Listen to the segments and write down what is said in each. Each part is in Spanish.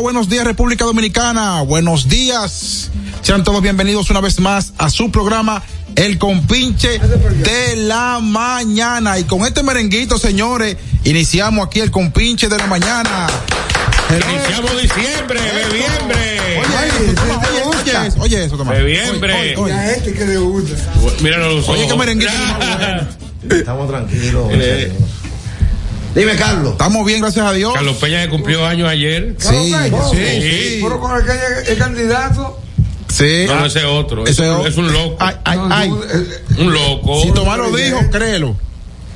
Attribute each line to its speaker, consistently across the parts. Speaker 1: buenos días República Dominicana, buenos días. Sean todos bienvenidos una vez más a su programa El Compinche de la Mañana. Y con este merenguito, señores, iniciamos aquí El Compinche de la Mañana.
Speaker 2: Iniciamos diciembre, noviembre.
Speaker 1: Oye, oye, oye eso, Tomás.
Speaker 2: Noviembre.
Speaker 1: Oye, oye,
Speaker 3: A este que le gusta.
Speaker 2: Míralo los ojos.
Speaker 1: Oye, qué merenguito.
Speaker 4: Estamos tranquilos.
Speaker 2: Eh.
Speaker 4: Dime, Carlos.
Speaker 1: Estamos bien, gracias a Dios.
Speaker 2: Carlos Peña que cumplió años ayer.
Speaker 1: Sí, sí,
Speaker 2: sí.
Speaker 3: Pero con el que es candidato.
Speaker 1: Sí.
Speaker 2: No, no, ese es otro.
Speaker 1: Ese
Speaker 2: es,
Speaker 1: o-
Speaker 2: es un loco.
Speaker 1: Ay, ay,
Speaker 3: no,
Speaker 1: ay.
Speaker 3: no, eh,
Speaker 2: Un loco.
Speaker 1: Si Tomás lo dijo, créelo.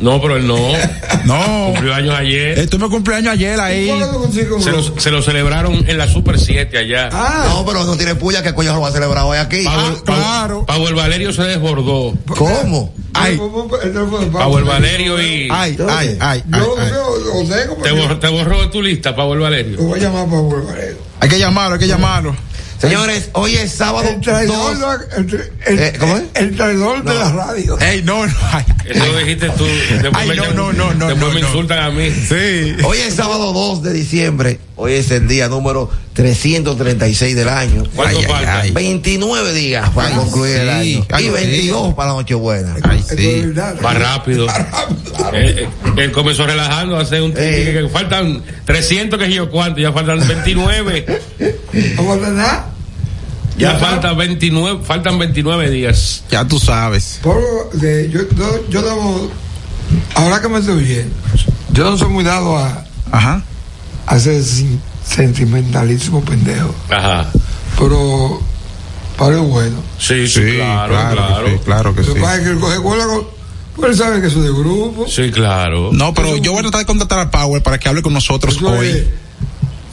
Speaker 2: No, pero él no.
Speaker 1: No.
Speaker 2: Cumplió años ayer.
Speaker 1: Estuve de cumpleaños ayer ahí.
Speaker 3: ¿cuál es lo consigo,
Speaker 2: Se
Speaker 3: bro?
Speaker 2: lo, se lo celebraron en la Super 7 allá.
Speaker 3: Ah,
Speaker 4: No, pero no tiene puya que coño lo va a celebrar hoy aquí.
Speaker 2: Pablo,
Speaker 1: ah, claro.
Speaker 2: Pablo el Valerio se desbordó.
Speaker 4: ¿Cómo?
Speaker 1: Ay,
Speaker 2: Pablo
Speaker 3: Power
Speaker 2: el Valerio y.
Speaker 1: ay, ay, ay. ay,
Speaker 3: Yo
Speaker 1: ay.
Speaker 3: lo tengo.
Speaker 2: Te,
Speaker 3: pero
Speaker 2: borró, te borró de tu lista, Pablo el
Speaker 3: Lo
Speaker 2: Valerio.
Speaker 3: voy a llamar para Power Valerio.
Speaker 1: Hay que llamarlo, hay que llamarlo.
Speaker 4: Señores, hoy es sábado.
Speaker 3: El traidor,
Speaker 4: dos-
Speaker 3: la- el, tra- el-
Speaker 4: Eh, ¿cómo es?
Speaker 3: el traidor de la radio.
Speaker 1: Ey, no, no. ay.
Speaker 2: Eso lo dijiste tú. Después
Speaker 1: Ay,
Speaker 2: me,
Speaker 1: no, no, no, no,
Speaker 2: después
Speaker 1: no,
Speaker 2: me
Speaker 1: no.
Speaker 2: insultan a mí.
Speaker 1: Sí.
Speaker 4: Hoy es sábado 2 de diciembre. Hoy es el día número 336 del año.
Speaker 2: ¿Cuánto falta?
Speaker 4: 29 días para concluir el
Speaker 1: sí.
Speaker 4: año.
Speaker 1: Ay,
Speaker 4: y
Speaker 1: sí.
Speaker 4: 22 para Nochebuena.
Speaker 1: Ay,
Speaker 3: Esto es
Speaker 1: sí.
Speaker 3: verdad.
Speaker 2: Va rápido. Eh, eh, él comenzó relajando hace un
Speaker 4: Eh.
Speaker 2: que- que faltan 300 que yo cuánto, ya faltan 29.
Speaker 3: No va a hacer nada.
Speaker 2: ya faltan 29, faltan 29 días.
Speaker 1: Ya tú sabes.
Speaker 3: Por- de- yo, yo, yo debo- ahora que me estoy oyendo, yo no soy muy dado a,
Speaker 1: Ajá.
Speaker 3: a ese sin- sentimentalismo pendejo,
Speaker 2: Ajá.
Speaker 3: pero Pablo es bueno.
Speaker 2: Sí, sí, claro, claro.
Speaker 1: que sí, claro que
Speaker 3: Lo que
Speaker 1: sí.
Speaker 3: pasa es que él coge cola con- pues él sabe que eso es de grupo.
Speaker 2: Sí, claro.
Speaker 1: No, pero yo voy a tratar de contratar a Power para que hable con nosotros
Speaker 3: Eso es-
Speaker 1: hoy.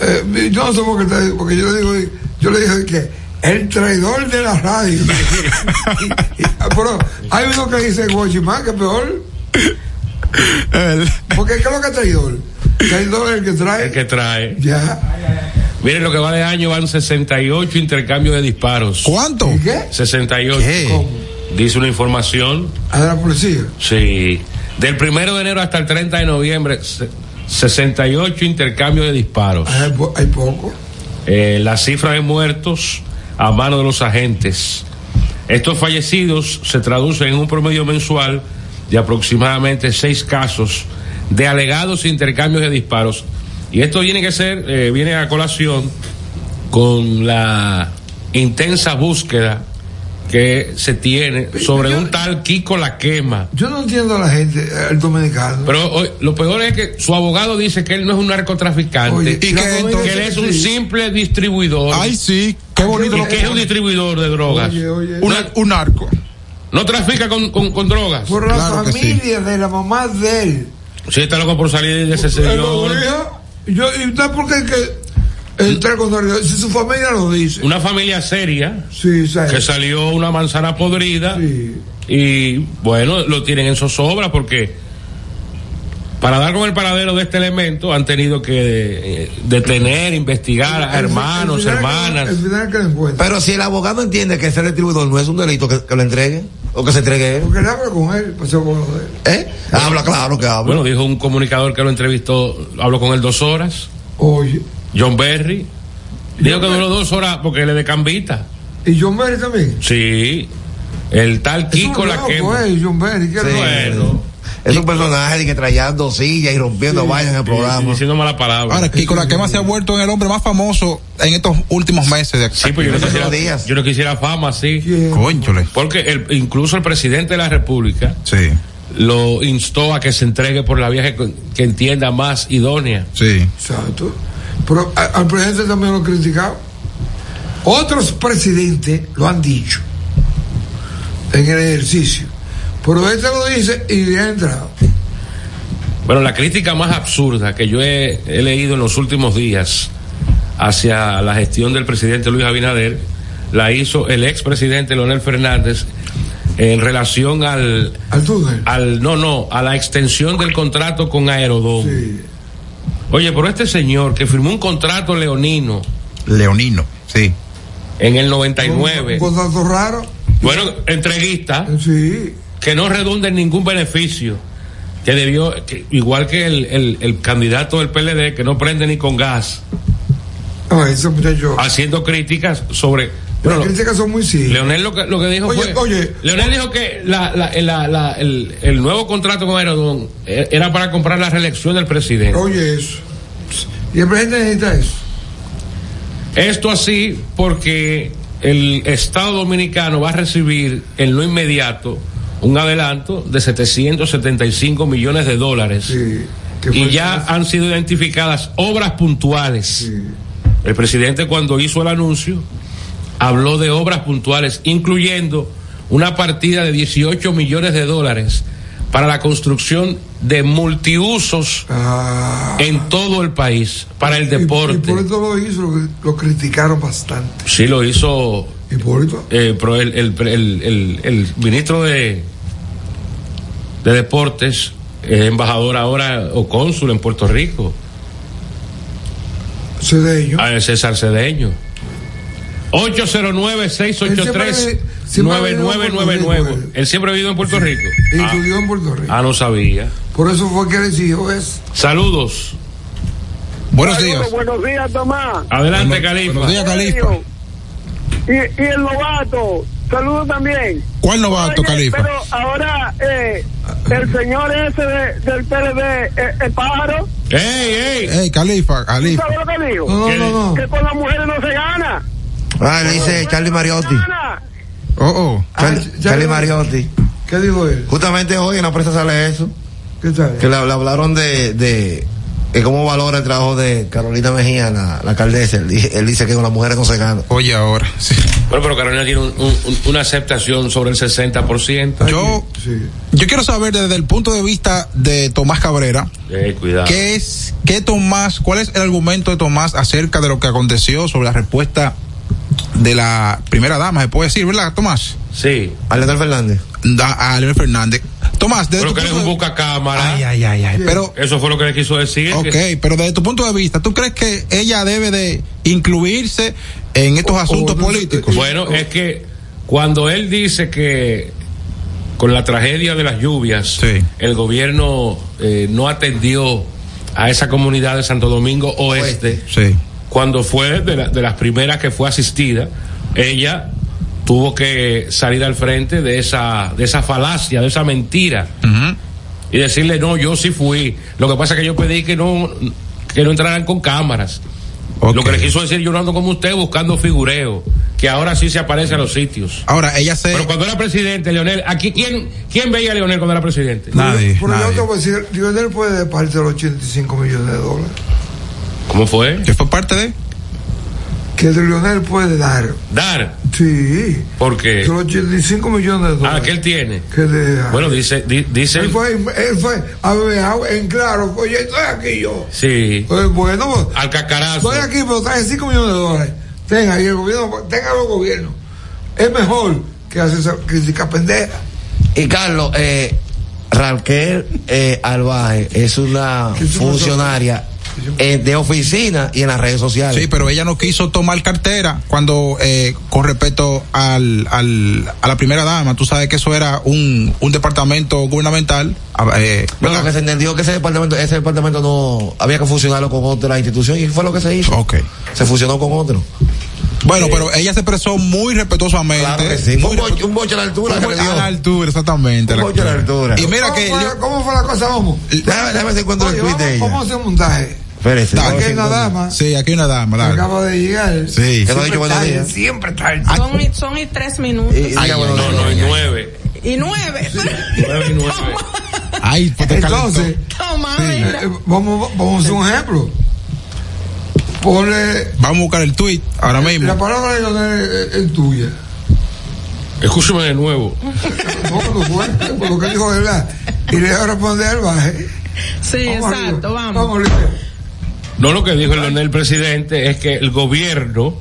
Speaker 3: eh, yo no sé por qué, está- porque yo le digo, yo le dije que el traidor de la radio. pero hay uno que dice Guachimán, que es peor,
Speaker 1: El-
Speaker 3: porque ¿qué es lo que es traidor? Traidor es el que trae.
Speaker 2: El que trae.
Speaker 3: Ya.
Speaker 2: Miren lo que va de año, van 68 intercambios de disparos.
Speaker 1: ¿Cuánto?
Speaker 3: ¿Y qué?
Speaker 2: 68.
Speaker 1: ¿Qué?
Speaker 2: Dice una información.
Speaker 3: A la policía.
Speaker 2: Sí. Del primero de enero hasta el 30 de noviembre, se- 68 intercambios de disparos.
Speaker 3: Ah, Hay, po- hay poco.
Speaker 2: Eh, la cifra de muertos a mano de los agentes. Estos fallecidos se traducen en un promedio mensual de aproximadamente seis casos de alegados intercambios de disparos. Y esto viene que ser, eh, viene a colación con la intensa búsqueda que se tiene sobre un tal Kiko La Quema.
Speaker 3: Yo no entiendo a la gente, eh, el dominicano.
Speaker 2: Pero o- lo peor es que su abogado dice que él no es un narcotraficante,
Speaker 3: Oye,
Speaker 1: ¿y
Speaker 3: la
Speaker 1: qué
Speaker 3: dominicana-
Speaker 2: que él es un simple distribuidor.
Speaker 1: Ay, sí. Qué bonito
Speaker 2: ¿Y
Speaker 1: lo
Speaker 2: qué es un
Speaker 1: que
Speaker 2: distribuidor de drogas?
Speaker 3: Oye, oye.
Speaker 1: un, un arco.
Speaker 2: No trafica con, con, con drogas.
Speaker 3: Por la
Speaker 1: Claro que sí.
Speaker 3: familia de la mamá de él.
Speaker 2: Si está loco por salir de ese
Speaker 3: Él lo
Speaker 2: señor.
Speaker 3: dijo. Yo, y no es porque es que entra con realidad. Si su familia lo dice.
Speaker 2: Una familia seria
Speaker 3: Sí, ¿sabes?
Speaker 2: que salió una manzana podrida
Speaker 3: Sí.
Speaker 2: y bueno, lo tienen en zozobra porque para dar con el paradero de este elemento han tenido que eh, detener, investigar a
Speaker 3: El- el
Speaker 2: hermanos,
Speaker 3: final que-
Speaker 2: hermanas.
Speaker 3: El final que le encuentra.
Speaker 4: Pero si el abogado entiende que ser distribuidor no es un delito que, que lo entregue o que se entregue él.
Speaker 3: Porque él habla con él, pasó con lo de él.
Speaker 4: ¿Eh? Habla, claro que habla.
Speaker 2: Bueno, dijo un comunicador que lo entrevistó, habló con él dos horas,
Speaker 3: Oye.
Speaker 2: John Berry. Dijo que duró dos horas porque él es de Cambita.
Speaker 3: Y John Berry también.
Speaker 2: Sí. El tal
Speaker 3: Es un
Speaker 2: Kiko la
Speaker 3: loco,
Speaker 2: quema.
Speaker 3: eh, John Berry, qué
Speaker 4: Sí.
Speaker 3: loco.
Speaker 2: Bueno.
Speaker 4: Es un personaje de que trayendo sillas y rompiendo vallas en el
Speaker 2: Y
Speaker 4: programa.
Speaker 2: Diciendo mala palabra.
Speaker 1: Ahora, Kiko La Quema se ha vuelto en el hombre más famoso en estos últimos meses de
Speaker 2: sí, pues yo no,
Speaker 4: Buenos
Speaker 2: quisiera,
Speaker 4: días.
Speaker 2: yo no quisiera fama, sí.
Speaker 3: ¿Quién?
Speaker 1: Cónchole.
Speaker 2: Porque el- incluso el presidente de la República
Speaker 1: Sí,
Speaker 2: lo instó a que se entregue por la vía que, que entienda más idónea.
Speaker 1: sí.
Speaker 3: Exacto. Pero a- al presidente también lo han criticado. Otros presidentes lo han dicho en el ejercicio. Pero este lo dice y le ha entrado.
Speaker 2: Bueno, la crítica más absurda que yo he, he leído en los últimos días hacia la gestión del presidente Luis Abinader la hizo el expresidente Leonel Fernández en relación al,
Speaker 3: Al túnel.
Speaker 2: al no, no, a la extensión del contrato con Aerodón.
Speaker 3: Sí.
Speaker 2: Oye, pero este señor que firmó un contrato leonino
Speaker 1: Leonino. Sí.
Speaker 2: en el
Speaker 3: Un
Speaker 2: 99,
Speaker 3: contrato raro.
Speaker 2: bueno, entreguista,
Speaker 3: Eh, Sí.
Speaker 2: que no redunda en ningún beneficio, que debió, que- igual que el, el- el candidato del PLD, que no prende ni con gas,
Speaker 3: Ah, ese muchacho.
Speaker 2: haciendo críticas sobre.
Speaker 3: Las
Speaker 2: bueno,
Speaker 3: críticas son muy serias.
Speaker 2: Leonel lo que, lo que dijo
Speaker 3: Oye,
Speaker 2: fue.
Speaker 3: oye.
Speaker 2: Leonel dijo que la- la- la- la- el, el nuevo contrato con Aerodón eh, era para comprar la reelección del presidente.
Speaker 3: Oye, eso. Y el presidente necesita eso.
Speaker 2: Esto así porque el Estado Dominicano va a recibir en lo inmediato un adelanto de 775 millones de dólares.
Speaker 3: Sí, que fue
Speaker 2: y ya
Speaker 3: el-
Speaker 2: han sido identificadas obras puntuales. El presidente cuando hizo el anuncio habló de obras puntuales, incluyendo una partida de 18 millones de dólares para la construcción de multiusos
Speaker 3: Ah,
Speaker 2: en todo el país, para el
Speaker 3: Y, y por
Speaker 2: deporte.
Speaker 3: esto lo hizo, lo, lo criticaron bastante.
Speaker 2: Sí lo hizo
Speaker 3: Y por esto.
Speaker 2: eh, pero el, el, el- el- el ministro de, de Deportes, eh, embajador ahora o cónsul en Puerto Rico,
Speaker 3: Eso es de ellos.
Speaker 2: a César Cedeño. 809-683-9999. Él siempre ha vivido en Puerto Rico.
Speaker 3: Y
Speaker 2: Ah,
Speaker 3: estudió en Puerto Rico.
Speaker 2: ah, no sabía.
Speaker 3: Por eso fue que decidió eso.
Speaker 2: Saludos.
Speaker 1: Buenos días.
Speaker 5: Buenos días, Tomás.
Speaker 2: Adelante,
Speaker 1: Buenos días,
Speaker 2: Califa.
Speaker 1: Califa.
Speaker 5: Y, y el novato, saludos también.
Speaker 1: ¿Cuál novato,
Speaker 5: Oye,
Speaker 1: Califa?
Speaker 5: Pero ahora, eh, el señor ese de- del PLD, eh, el pájaro,
Speaker 2: ¡Ey, ey!
Speaker 1: Ey, Califa, Califa.
Speaker 5: ¿sabes lo que digo?
Speaker 3: No,
Speaker 2: ¿Qué
Speaker 3: no, no. no.
Speaker 5: Que con las mujeres no se gana.
Speaker 4: Ah, le dice Charlie Mariotti.
Speaker 5: No se gana.
Speaker 1: Oh, oh.
Speaker 4: Char-
Speaker 3: Ah, ya-
Speaker 4: Charlie Mariotti.
Speaker 3: ¿Qué dijo él?
Speaker 4: Justamente hoy en la prensa sale eso.
Speaker 3: ¿Qué tal?
Speaker 4: Que le, le hablaron de, de, de cómo valora el trabajo de Carolina Mejía, la, la alcaldesa. Él, di- él dice que con las mujeres no se gana.
Speaker 1: Oye, ahora. sí.
Speaker 2: Bueno, pero Carolina tiene un- un- un- una aceptación sobre el 60%.
Speaker 3: Ay,
Speaker 1: Yo-
Speaker 3: Sí.
Speaker 1: Yo quiero saber desde el punto de vista de Tomás Cabrera,
Speaker 2: Eh, cuidado.
Speaker 1: ¿qué es, qué Tomás, cuál es el argumento de Tomás acerca de lo que aconteció sobre la respuesta de la primera dama, se puede decir, ¿verdad, Tomás?
Speaker 2: Sí.
Speaker 4: Alejandro Fernández.
Speaker 1: Da- a Leonel Fernández. Tomás, desde
Speaker 2: Pero
Speaker 1: tu
Speaker 2: que eres
Speaker 1: punto
Speaker 2: un
Speaker 1: de-
Speaker 2: busca cámara.
Speaker 1: Ay, ay, ay, ay. Pero
Speaker 2: Eso fue lo que le quiso decir.
Speaker 1: Ok,
Speaker 2: que-
Speaker 1: pero desde tu punto de vista, ¿tú crees que ella debe de incluirse en estos
Speaker 3: O- o
Speaker 1: asuntos
Speaker 3: no sé,
Speaker 1: políticos?
Speaker 2: Bueno, es que cuando él dice que con la tragedia de las lluvias,
Speaker 1: Sí.
Speaker 2: el gobierno eh, no atendió a esa comunidad de Santo Domingo Oeste,
Speaker 1: Sí.
Speaker 2: cuando fue de, la- de las primeras que fue asistida, ella tuvo que salir al frente de esa, de esa falacia, de esa mentira
Speaker 1: Ujú.
Speaker 2: y decirle no, yo sí fui. Lo que pasa es que yo pedí que no que no entraran con cámaras.
Speaker 1: Ok.
Speaker 2: Lo que le quiso decir yo no ando como usted buscando figureo, que ahora sí se aparece a los sitios.
Speaker 1: Ahora, ella se...
Speaker 2: Pero cuando era presidente, Leonel, aquí quién quién veía a Leonel cuando era presidente?
Speaker 1: Nadie,
Speaker 3: Pero yo
Speaker 1: nadie.
Speaker 3: te voy a decir, Lionel puede parte los 85 millones de dólares.
Speaker 2: ¿Cómo fue?
Speaker 1: ¿Que fue parte de?
Speaker 3: Que Lionel puede dar.
Speaker 2: Dar,
Speaker 3: Sí.
Speaker 2: porque
Speaker 3: De los 85 millones de
Speaker 2: ah,
Speaker 3: dólares.
Speaker 2: que él tiene.
Speaker 3: que le da.
Speaker 2: Bueno, dice di- dice
Speaker 3: él fue, él fue a beber agua en claro. Oye, estoy aquí yo.
Speaker 2: sí,
Speaker 3: Eh, bueno, pues,
Speaker 2: al cacarazo.
Speaker 3: estoy aquí, pero traje 5 millones de dólares. Tenga, y el gobierno, tenga los gobiernos. Es mejor que hacer esa crítica pendeja.
Speaker 4: Y Carlos, eh, Raquel eh, Albaje es una
Speaker 3: ¿Qué se pasó?
Speaker 4: funcionaria eh, de oficina y en las redes sociales.
Speaker 1: Sí, pero ella no quiso tomar cartera cuando, eh, con respecto al, al- a la primera dama, tú sabes que eso era un, un departamento gubernamental. ah, eh,
Speaker 4: Bueno,
Speaker 1: ¿verdad?
Speaker 4: que se entendió que ese departamento, ese departamento no había que fusionarlo con otra institución y fue lo que se hizo.
Speaker 1: Ok.
Speaker 4: Se fusionó con otro. Eh,
Speaker 1: Bueno, pero ella se expresó muy respetuosamente.
Speaker 4: Claro que sí. Fue
Speaker 1: Muy
Speaker 4: un, boche, un boche a la altura. que le
Speaker 1: respetuoso.
Speaker 4: dio.
Speaker 1: a la altura, exactamente. a
Speaker 4: Un
Speaker 1: la
Speaker 4: boche a la altura.
Speaker 1: Y mira
Speaker 3: ¿Cómo
Speaker 1: que
Speaker 3: fue,
Speaker 1: yo-
Speaker 3: ¿Cómo fue la cosa, vamos?
Speaker 4: Déjame, déjame ver si encuentro
Speaker 3: Oh, Oye,
Speaker 4: el tweet de
Speaker 3: vamos, vamos
Speaker 4: ella.
Speaker 3: a hacer un montaje.
Speaker 4: Espérese.
Speaker 1: Dale.
Speaker 4: vamos a ver
Speaker 3: Aquí
Speaker 4: si
Speaker 3: hay una
Speaker 4: encuentro-
Speaker 3: dama
Speaker 1: Sí, aquí hay una dama, dale.
Speaker 3: acaba de llegar.
Speaker 1: Sí.
Speaker 4: Que no ha dicho
Speaker 3: Siempre
Speaker 4: buenos
Speaker 3: tarde,
Speaker 4: días.
Speaker 3: siempre tarde.
Speaker 6: Son, y- son y tres minutos.
Speaker 4: Y- y diga
Speaker 1: Ay,
Speaker 4: buenos
Speaker 2: No,
Speaker 4: días.
Speaker 2: no, y nueve.
Speaker 6: Y nueve.
Speaker 2: Nueve y nueve.
Speaker 1: Ay, pues te calentó.
Speaker 3: Entonces,
Speaker 6: Toma,
Speaker 3: eh,
Speaker 6: mira.
Speaker 3: eh, vamos, vamos a hacer un ejemplo. Ponle eh,
Speaker 1: Vamos a buscar el tweet ahora mismo.
Speaker 3: la palabra de Leonel es, es tuya.
Speaker 2: Escúchame de nuevo.
Speaker 3: No, no fue, por lo que dijo es verdad. Y le voy a responder al baje.
Speaker 6: Sí, exacto, vamos.
Speaker 3: Vamos, Leo.
Speaker 2: No, lo que dijo el Leonel presidente es que el gobierno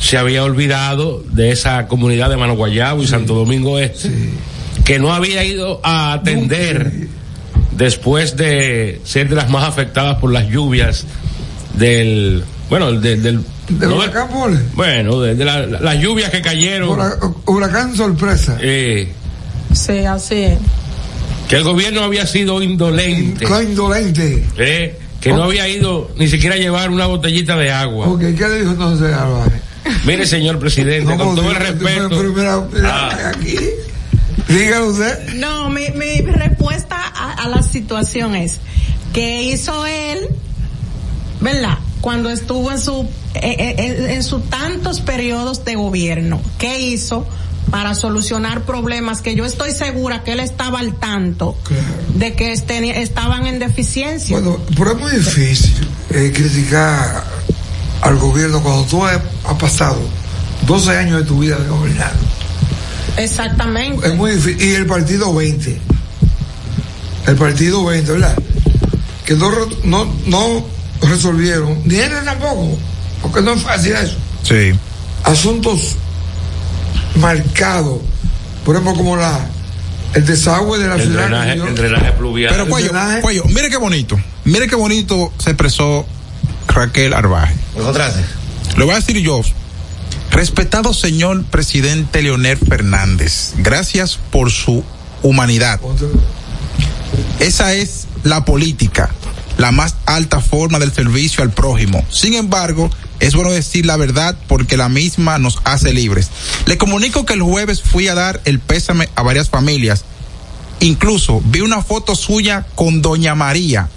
Speaker 2: se había olvidado de esa comunidad de Mano Guayabo y Santo Domingo Este, que no había ido a atender después de ser de las más afectadas por las lluvias del. Bueno, del. del
Speaker 3: De
Speaker 2: no del-
Speaker 3: huracán Pole.
Speaker 2: bueno, de, de la- las lluvias que cayeron.
Speaker 3: Hura- Huracán sorpresa.
Speaker 2: eh,
Speaker 6: Sí, así es.
Speaker 2: que el gobierno había sido indolente.
Speaker 3: Con indolente.
Speaker 2: eh, que no había ido ni siquiera a llevar una botellita de agua.
Speaker 3: Ok, ¿qué le dijo entonces a Álvarez?
Speaker 2: Mire, señor presidente,
Speaker 3: No, pero
Speaker 2: con todo el
Speaker 3: mira,
Speaker 2: respeto.
Speaker 3: Pero, pero mira, mira,
Speaker 2: Ah.
Speaker 3: aquí. Dígalo usted.
Speaker 6: No, mi, mi respuesta a, a la situación es que hizo él, ¿verdad? Cuando estuvo en su eh, eh, en, en sus tantos periodos de gobierno, ¿qué hizo para solucionar problemas que yo estoy segura que él estaba al tanto de que estén- estaban en deficiencia?
Speaker 3: Bueno, pero es muy difícil eh, criticar al gobierno cuando tú has, has pasado 12 años de tu vida de gobernar.
Speaker 6: Exactamente.
Speaker 3: Es muy difícil. Y el partido 20. El partido 20, ¿verdad? Que no, re- no, no resolvieron, ni él tampoco, porque no es fácil eso.
Speaker 1: Sí.
Speaker 3: Asuntos marcados, por ejemplo, como la el desagüe de la
Speaker 2: El
Speaker 3: ciudad.
Speaker 2: drenaje,
Speaker 3: yo-
Speaker 2: el drenaje pluvial.
Speaker 1: Pero
Speaker 3: El
Speaker 1: Cuello,
Speaker 3: drenaje.
Speaker 1: Cuello, mire qué bonito. Mire qué bonito se expresó Raquel Arbaje.
Speaker 4: ¿Lo encontraste?
Speaker 1: Lo voy a decir yo. Respetado señor presidente Leonel Fernández, gracias por su humanidad. Esa es la política, la más alta forma del servicio al prójimo. Sin embargo, es bueno decir la verdad porque la misma nos hace libres. Le comunico que el jueves fui a dar el pésame a varias familias. Incluso vi una foto suya con Doña María,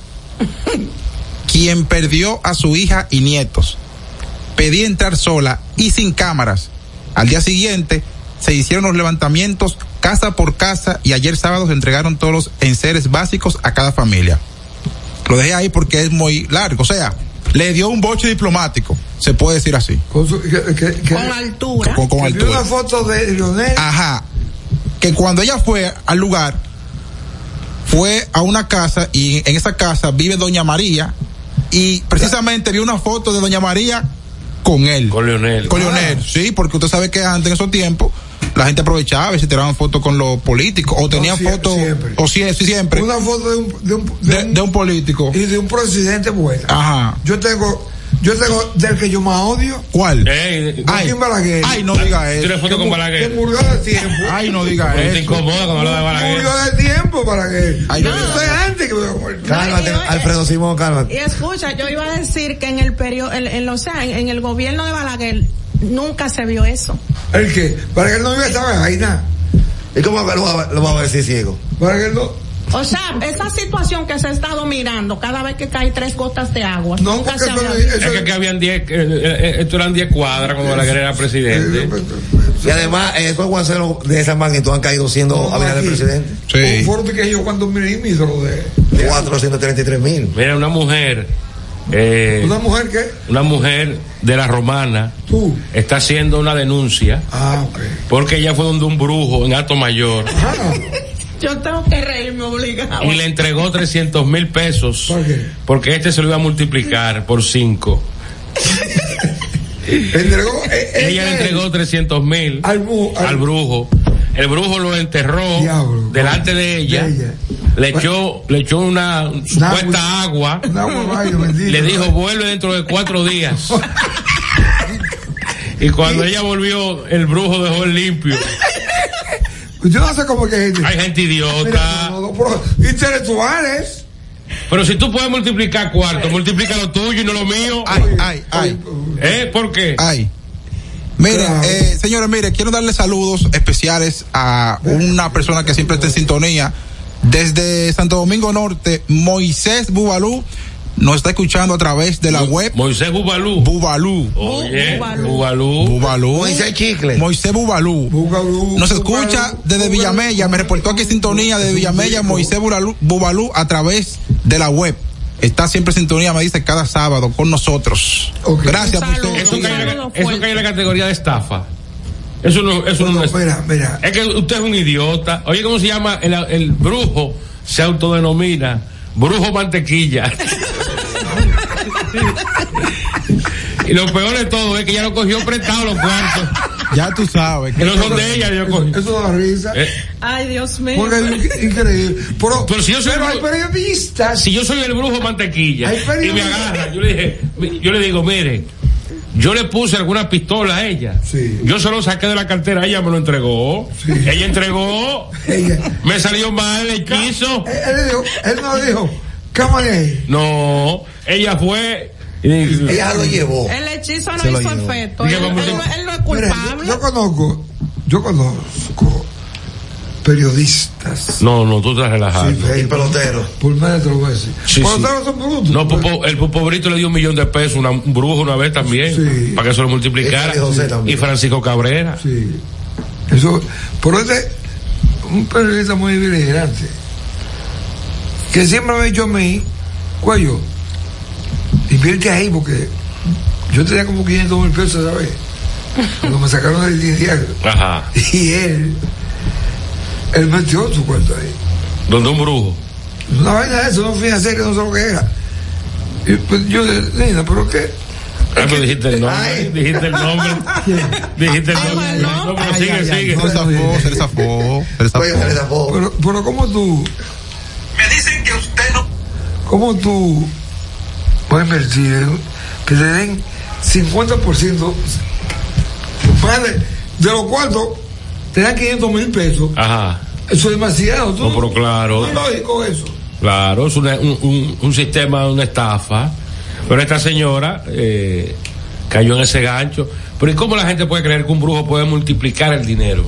Speaker 1: quien perdió a su hija y nietos. Pedí entrar sola y sin cámaras. Al día siguiente se hicieron los levantamientos casa por casa y ayer sábado se entregaron todos los enseres básicos a cada familia. Lo dejé ahí porque es muy largo, o sea, le dio un boche diplomático, se puede decir así,
Speaker 3: con su- que- que- que-
Speaker 6: Con altura.
Speaker 1: con, con
Speaker 3: que vi
Speaker 1: altura.
Speaker 3: una foto de Leonel.
Speaker 1: Ajá. Que cuando ella fue al lugar, fue a una casa y en esa casa vive Doña María y precisamente vi una foto de Doña María con él.
Speaker 2: Con Leonel.
Speaker 3: Ah.
Speaker 1: Con Leonel, sí, porque usted sabe que antes en esos tiempos la gente aprovechaba y se tiraban fotos con los políticos o tenían
Speaker 3: sie-
Speaker 1: fotos
Speaker 3: siempre.
Speaker 1: o sí, sí, siempre
Speaker 3: Una foto de un, de un- de
Speaker 1: de,
Speaker 3: un-
Speaker 1: de un político.
Speaker 3: y de un presidente bueno.
Speaker 1: Ajá.
Speaker 3: Yo tengo, yo tengo del que yo más odio,
Speaker 1: ¿Cuál?
Speaker 2: Ey, eh, Ah,
Speaker 1: ay,
Speaker 3: Joaquín Balaguer.
Speaker 1: ay, no diga
Speaker 2: tú tienes
Speaker 1: eso.
Speaker 2: foto con
Speaker 3: que
Speaker 2: Balaguer.
Speaker 3: murió de tiempo.
Speaker 1: Ay, no diga
Speaker 2: Porque te
Speaker 1: eso.
Speaker 2: incomoda cuando hablas de Balaguer.
Speaker 3: murió de tiempo Balaguer.
Speaker 1: Ay,
Speaker 3: yo
Speaker 1: no.
Speaker 3: no sé antes que me muerto.
Speaker 4: Cálmate,
Speaker 6: yo-
Speaker 4: Alfredo Simón,
Speaker 6: Y
Speaker 4: cálmate.
Speaker 6: escucha, yo iba a decir que en el periodo, en, en, o sea, en- en el gobierno de Balaguer nunca se vio eso.
Speaker 3: ¿El qué? Balaguer no iba a estar ahí nada.
Speaker 4: ¿Y cómo lo, va- lo vamos a decir ciego?
Speaker 3: Balaguer no.
Speaker 6: O sea, esa situación que se ha estado mirando cada vez que cae tres gotas de agua.
Speaker 3: No,
Speaker 6: nunca
Speaker 3: porque
Speaker 6: se
Speaker 3: eso,
Speaker 6: había visto.
Speaker 3: eso-
Speaker 2: Es que aquí habían 10, eh, eh, esto eran 10 cuadras cuando Balaguer era presidente.
Speaker 4: Y además, eh, esos guaceros de esa magnitud han caído siendo
Speaker 3: No,
Speaker 4: avenidas del
Speaker 3: aquí.
Speaker 4: presidente.
Speaker 1: Sí.
Speaker 3: Un fuerte que yo cuando me lo de
Speaker 4: 433 mil.
Speaker 2: Mira, una mujer, eh,
Speaker 3: una mujer que
Speaker 2: una mujer de la romana,
Speaker 3: tú.
Speaker 2: está haciendo una denuncia
Speaker 3: Ah, ok.
Speaker 2: porque ella fue donde un brujo en alto mayor
Speaker 3: Ah,
Speaker 6: Yo tengo que reírme obligado.
Speaker 2: y le entregó 300 mil pesos
Speaker 3: ¿Por qué?
Speaker 2: porque este se lo iba a multiplicar por 5.
Speaker 3: entregó. eh,
Speaker 2: Ella le
Speaker 3: él-
Speaker 2: entregó 300 mil
Speaker 3: Al bu- al-
Speaker 2: al brujo. El brujo lo enterró
Speaker 3: Diablo.
Speaker 2: delante de ella,
Speaker 3: De ella.
Speaker 2: Le, echó, le echó una supuesta agua.
Speaker 3: Una guabayo, bendito.
Speaker 2: Le dijo, vuelve dentro de cuatro días. Y cuando ella volvió, el brujo dejó el limpio.
Speaker 3: Yo no sé cómo que gente.
Speaker 2: Hay gente
Speaker 3: Mira,
Speaker 2: idiota.
Speaker 3: no, no, pero intelectuales.
Speaker 2: Pero si tú puedes multiplicar cuarto, multiplica lo tuyo y no lo mío.
Speaker 1: Ay, ay, ay.
Speaker 2: ¿Eh? ¿Por qué?
Speaker 1: Ay. Miren,
Speaker 3: Claro.
Speaker 1: eh, señores, mire, quiero darle saludos especiales a una persona que siempre está en sintonía. Desde Santo Domingo Norte, Moisés Bubalú nos está escuchando a través de la web
Speaker 2: Moisés Bubalú.
Speaker 1: Bubalú.
Speaker 2: Oye,
Speaker 6: Bubalú.
Speaker 2: Bubalú.
Speaker 1: Bubalú.
Speaker 4: Moisés Chicle.
Speaker 1: Moisés Bubalú.
Speaker 3: Bugalú,
Speaker 1: Nos
Speaker 3: Bugalú,
Speaker 1: escucha desde
Speaker 3: Bugalú.
Speaker 1: Villamella. Me reportó aquí en sintonía desde Villamella, Moisés Bubalú, Bubalú a través de la web. Está siempre en sintonía, me dice, cada sábado con nosotros.
Speaker 3: Ok.
Speaker 1: Gracias por
Speaker 6: Saludos.
Speaker 1: ustedes.
Speaker 2: Eso cae, en la-
Speaker 6: Saludos
Speaker 2: eso cae en la categoría de estafa. Eso no, eso no,
Speaker 3: No,
Speaker 2: es.
Speaker 3: mira, mira.
Speaker 2: Es que usted es un idiota. Oye, ¿cómo se llama? El, el brujo se autodenomina brujo mantequilla. y lo peor de todo es que ya lo cogió prestado los cuartos.
Speaker 1: Ya tú sabes.
Speaker 2: Que no son de ella, yo cogí.
Speaker 3: Eso da risa.
Speaker 2: Eh,
Speaker 6: Ay, Dios mío.
Speaker 3: Porque es increíble. Pero,
Speaker 2: Pero si yo soy
Speaker 3: pero hay
Speaker 2: brujo-
Speaker 3: periodistas.
Speaker 2: si yo soy el brujo mantequilla
Speaker 3: Ay, pero
Speaker 2: y me
Speaker 3: yo-
Speaker 2: agarra, yo le dije, mi- yo le digo, mire, yo le puse alguna pistola a ella.
Speaker 3: Sí.
Speaker 2: Yo se lo saqué de la cartera, ella me lo entregó. Ella entregó,
Speaker 3: Ella-
Speaker 2: me salió mal el hechizo.
Speaker 3: él, él le dijo- él no le dijo, cámara ahí.
Speaker 2: No, Ella fue.
Speaker 4: Ella lo llevó.
Speaker 6: El hechizo no
Speaker 4: Se lo
Speaker 6: hizo
Speaker 4: llevó.
Speaker 6: efecto. Él,
Speaker 2: Dije, vamos,
Speaker 6: él
Speaker 2: yo-
Speaker 6: no- él no es
Speaker 3: Mira, yo,
Speaker 6: culpable.
Speaker 3: yo conozco, yo conozco periodistas.
Speaker 2: No, no, tú estás relajado.
Speaker 3: Sí,
Speaker 4: El pelotero.
Speaker 3: Por pues, medio te lo voy a decir.
Speaker 2: Sí,
Speaker 3: Peloteros
Speaker 2: sí.
Speaker 3: son brutos.
Speaker 2: No, Popo- el Popobrito le dio un millón de pesos, una, un brujo una vez también,
Speaker 3: Sí.
Speaker 2: para que se lo multiplicara.
Speaker 4: Ese José también.
Speaker 2: Y Francisco Cabrera.
Speaker 3: Sí. Eso, por este, un periodista muy vigilante, que siempre me ha dicho a mí, cuello, invierte ahí porque yo tenía como 500 mil pesos, ¿sabes? Cuando me sacaron del diario.
Speaker 2: Ajá.
Speaker 3: Y él, él metió su cuenta ahí.
Speaker 2: Donde un brujo.
Speaker 3: Una vaina de eso, no fui a hacer, que no sé lo que era. Y, pues, yo, Nina, pero qué.
Speaker 2: Ah, pero dijiste el nombre.
Speaker 4: Ay.
Speaker 2: Dijiste el nombre. dijiste el
Speaker 6: Ah,
Speaker 2: nombre.
Speaker 6: bueno.
Speaker 2: No, pero
Speaker 3: Ay,
Speaker 2: sigue,
Speaker 3: ay, ay,
Speaker 2: sigue.
Speaker 1: Se le zafó, se le zafó, se le
Speaker 4: Oye, se le
Speaker 1: zafó.
Speaker 4: tapó.
Speaker 3: Pero, pero ¿cómo tú?
Speaker 5: Me dicen que usted no.
Speaker 3: ¿Cómo tú vas a invertir en- que te den 50%? Padre, de los cuartos te dan 500 mil pesos.
Speaker 2: Ajá.
Speaker 3: Eso es demasiado. ¿Tú
Speaker 2: No, pero claro.
Speaker 3: No es lógico eso.
Speaker 2: Claro, es una- un, un- un sistema, una estafa. Pero esta señora eh, cayó en ese gancho. Pero ¿y cómo la gente puede creer que un brujo puede multiplicar el dinero?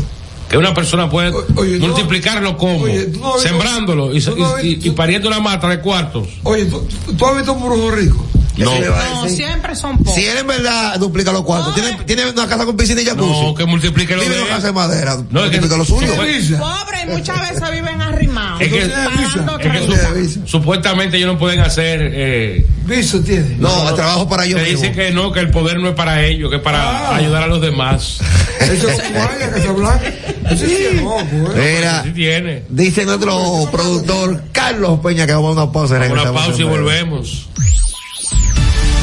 Speaker 2: Que una persona puede
Speaker 3: O- oye, tú no-
Speaker 2: multiplicarlo como,
Speaker 3: oye, tú no has visto-
Speaker 2: sembrándolo y,
Speaker 3: tú no has
Speaker 2: y-
Speaker 3: visto-
Speaker 2: y pariendo una mata de cuartos.
Speaker 3: Oye, ¿tú, tú has visto un brujo rico?
Speaker 4: Eso
Speaker 2: No.
Speaker 4: le va a
Speaker 6: No,
Speaker 4: decir.
Speaker 6: siempre son pocos.
Speaker 4: Si él en verdad duplica los cuartos, tiene, tiene una casa con piscina y jacuzzi.
Speaker 2: No, que multiplique lo
Speaker 4: Vive
Speaker 2: de
Speaker 4: en una
Speaker 2: él.
Speaker 4: casa de madera,
Speaker 2: No, es que-
Speaker 4: duplica lo suyo.
Speaker 2: Sí,
Speaker 6: Pobres y muchas veces viven arrimados.
Speaker 2: Es que-
Speaker 6: pagando
Speaker 2: Es que
Speaker 6: crédito.
Speaker 2: sup-
Speaker 3: avisa.
Speaker 2: supuestamente ellos no pueden hacer... eh,
Speaker 3: Viso tiene.
Speaker 4: No, el trabajo para yo
Speaker 2: te dicen
Speaker 4: mismo.
Speaker 2: que no, que el poder no es para ellos, que es para
Speaker 3: Ah.
Speaker 2: ayudar a los demás.
Speaker 3: Eso es como vaya Casablanca. Eso sí es loco, ¿eh?
Speaker 4: Mira,
Speaker 2: pues, Sí tiene.
Speaker 4: dice nuestro productor Carlos Peña que vamos a una pausa. y
Speaker 2: Una
Speaker 4: regresamos
Speaker 2: pausa y
Speaker 4: en breve.
Speaker 2: volvemos.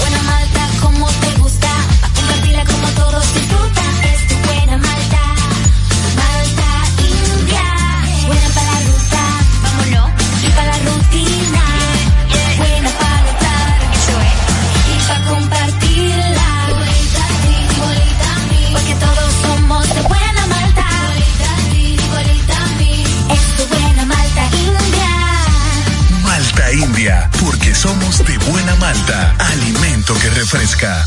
Speaker 7: buena malta como te gusta, pa' compartirla como todos disfrutan. Es tu buena malta, malta india. Buena para la ruta, vámonos, y para la rutina. Buena para notar, eso es. Y para compartirla, bolita a ti, bolita a mí. Porque todos somos de buena malta, bolita a ti, bolita a mí. Es tu buena malta india.
Speaker 8: Malta India, porque somos de buena malta, alimento que refresca.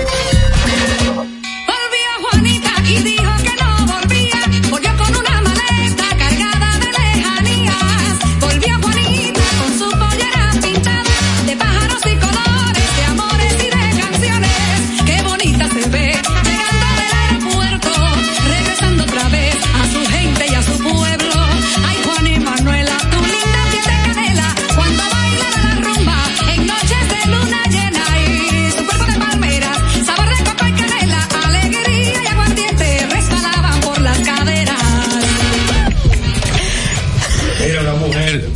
Speaker 7: Volvió Juanita y dijo que no volvía, volvió con una maleta cargada de lejanías. Volvió Juanita con su pollera pintada de pájaros y colores, de amores y de canciones. Qué bonita se ve, llegando del aeropuerto, regresando otra vez a su gente y a su pueblo. Ay, Juanita.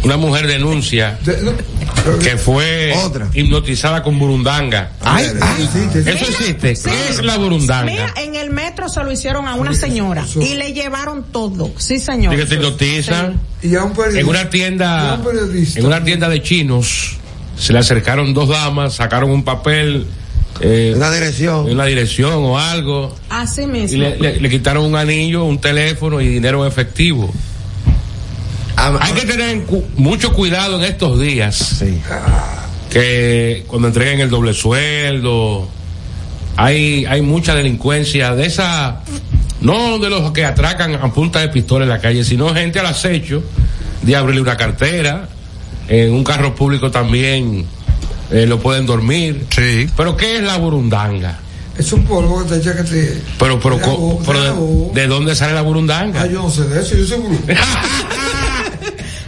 Speaker 2: una mujer denuncia que fue hipnotizada con burundanga.
Speaker 6: Ay, ay,
Speaker 2: Eso existe.
Speaker 6: Sí.
Speaker 2: ¿Qué es la burundanga?
Speaker 6: Mira, en el metro se lo hicieron a una señora y le llevaron todo. Sí, señor.
Speaker 2: Sí, que te hipnotizan.
Speaker 3: Y a un periodista.
Speaker 2: En una tienda,
Speaker 3: Y a un periodista.
Speaker 2: en una tienda de chinos, se le acercaron dos damas, sacaron un papel. Eh, una dirección. Una dirección o algo.
Speaker 6: Así
Speaker 2: Y
Speaker 6: mismo.
Speaker 2: le, le- le quitaron un anillo, un teléfono y dinero en efectivo. Hay que tener cu- mucho cuidado en estos días. Que cuando entreguen el doble sueldo, hay, hay mucha delincuencia de esa, no de los que atracan a punta de pistola en la calle, sino gente al acecho de abrirle una cartera, en un carro público también eh, lo pueden dormir. Sí. Pero ¿qué es la burundanga?
Speaker 3: Es un polvo que te echa que te.
Speaker 2: Pero, pero,
Speaker 3: Mira
Speaker 2: co-
Speaker 3: vos,
Speaker 2: pero
Speaker 3: mira vos.
Speaker 2: de, de dónde sale la burundanga?
Speaker 3: Ah, yo no sé de eso, yo soy burundanga.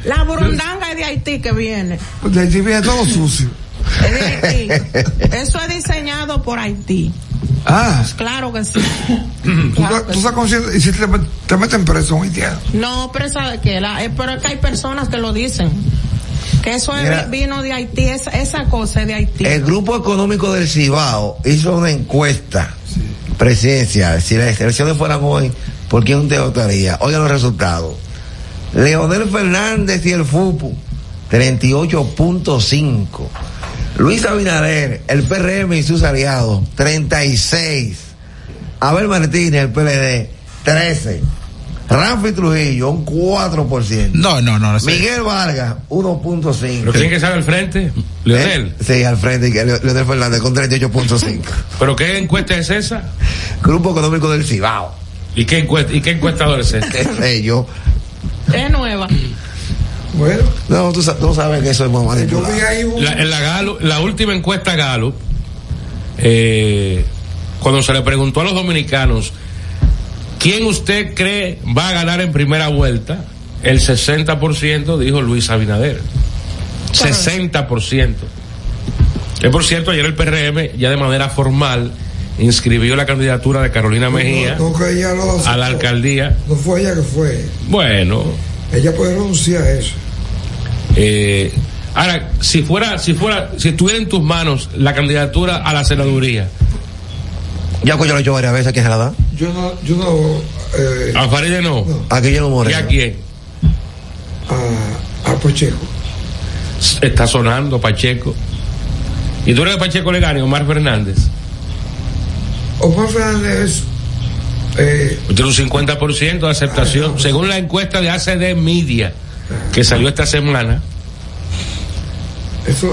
Speaker 6: La burundanga es de Haití que viene.
Speaker 3: De allí viene todo sucio.
Speaker 6: Es de Haití. Eso es diseñado por Haití.
Speaker 3: Ah, pues
Speaker 6: Claro que sí.
Speaker 3: tú, estás- tú estás consciente. Y si te, met- te meten preso un haitiano.
Speaker 6: No, pero sabe que la, eh, pero es que hay personas que lo dicen. Que eso es-
Speaker 4: Mira.
Speaker 6: vino de Haití, esa, esa cosa es de Haití.
Speaker 4: El Grupo Económico del Cibao hizo una encuesta presidencial. Si las elecciones fueran hoy, ¿por quién usted votaría? Oigan los resultados. Leonel Fernández y el FUPU, 38.5. Luis Abinader, el PRM y sus aliados, 36. Abel Martínez, el PLD, 13. Rafi Trujillo, un 4%.
Speaker 1: No, no, no. no sé.
Speaker 4: Miguel Vargas, 1.5.
Speaker 2: ¿Pero quién que sale al frente? ¿Leonel?
Speaker 4: ¿Eh? Sí, al frente, que Leo- Leonel Fernández con 38.5.
Speaker 2: ¿Pero qué encuesta es esa?
Speaker 4: Grupo Económico del Cibao. Eh,
Speaker 2: ¿Y qué, encuesta, y qué encuestador es este?
Speaker 4: yo.
Speaker 6: Es nueva.
Speaker 3: Bueno.
Speaker 4: No, tú, sa- tú sabes que eso es más manipulado.
Speaker 2: La, en la, Gallup- la última encuesta Gallup, eh, cuando se le preguntó a los dominicanos quién usted cree va a ganar en primera vuelta, el 60% dijo Luis Abinader. 60%. Que por cierto, ayer el PRM ya de manera formal inscribió la candidatura de Carolina Mejía
Speaker 3: No, que ella lo
Speaker 2: a la alcaldía.
Speaker 3: No fue ella que fue.
Speaker 2: Bueno,
Speaker 3: Ella puede renunciar a eso.
Speaker 2: eh, ahora, si fuera, si fuera, si estuviera en tus manos la candidatura a la senaduría,
Speaker 4: Ya que yo lo he hecho varias veces, ¿quién se la da?
Speaker 3: Yo no. Yo no eh,
Speaker 2: a Faride no.
Speaker 4: ¿A quién no
Speaker 2: ¿Y a quién?
Speaker 3: A, Pacheco.
Speaker 2: Está sonando Pacheco. ¿Y tú eres de Pacheco le gane, Omar Fernández?
Speaker 3: Omar Fernández eh, Ah,
Speaker 2: Usted tiene un 50% de aceptación. Según la encuesta de ACD Media, que salió esta semana,
Speaker 3: Eso.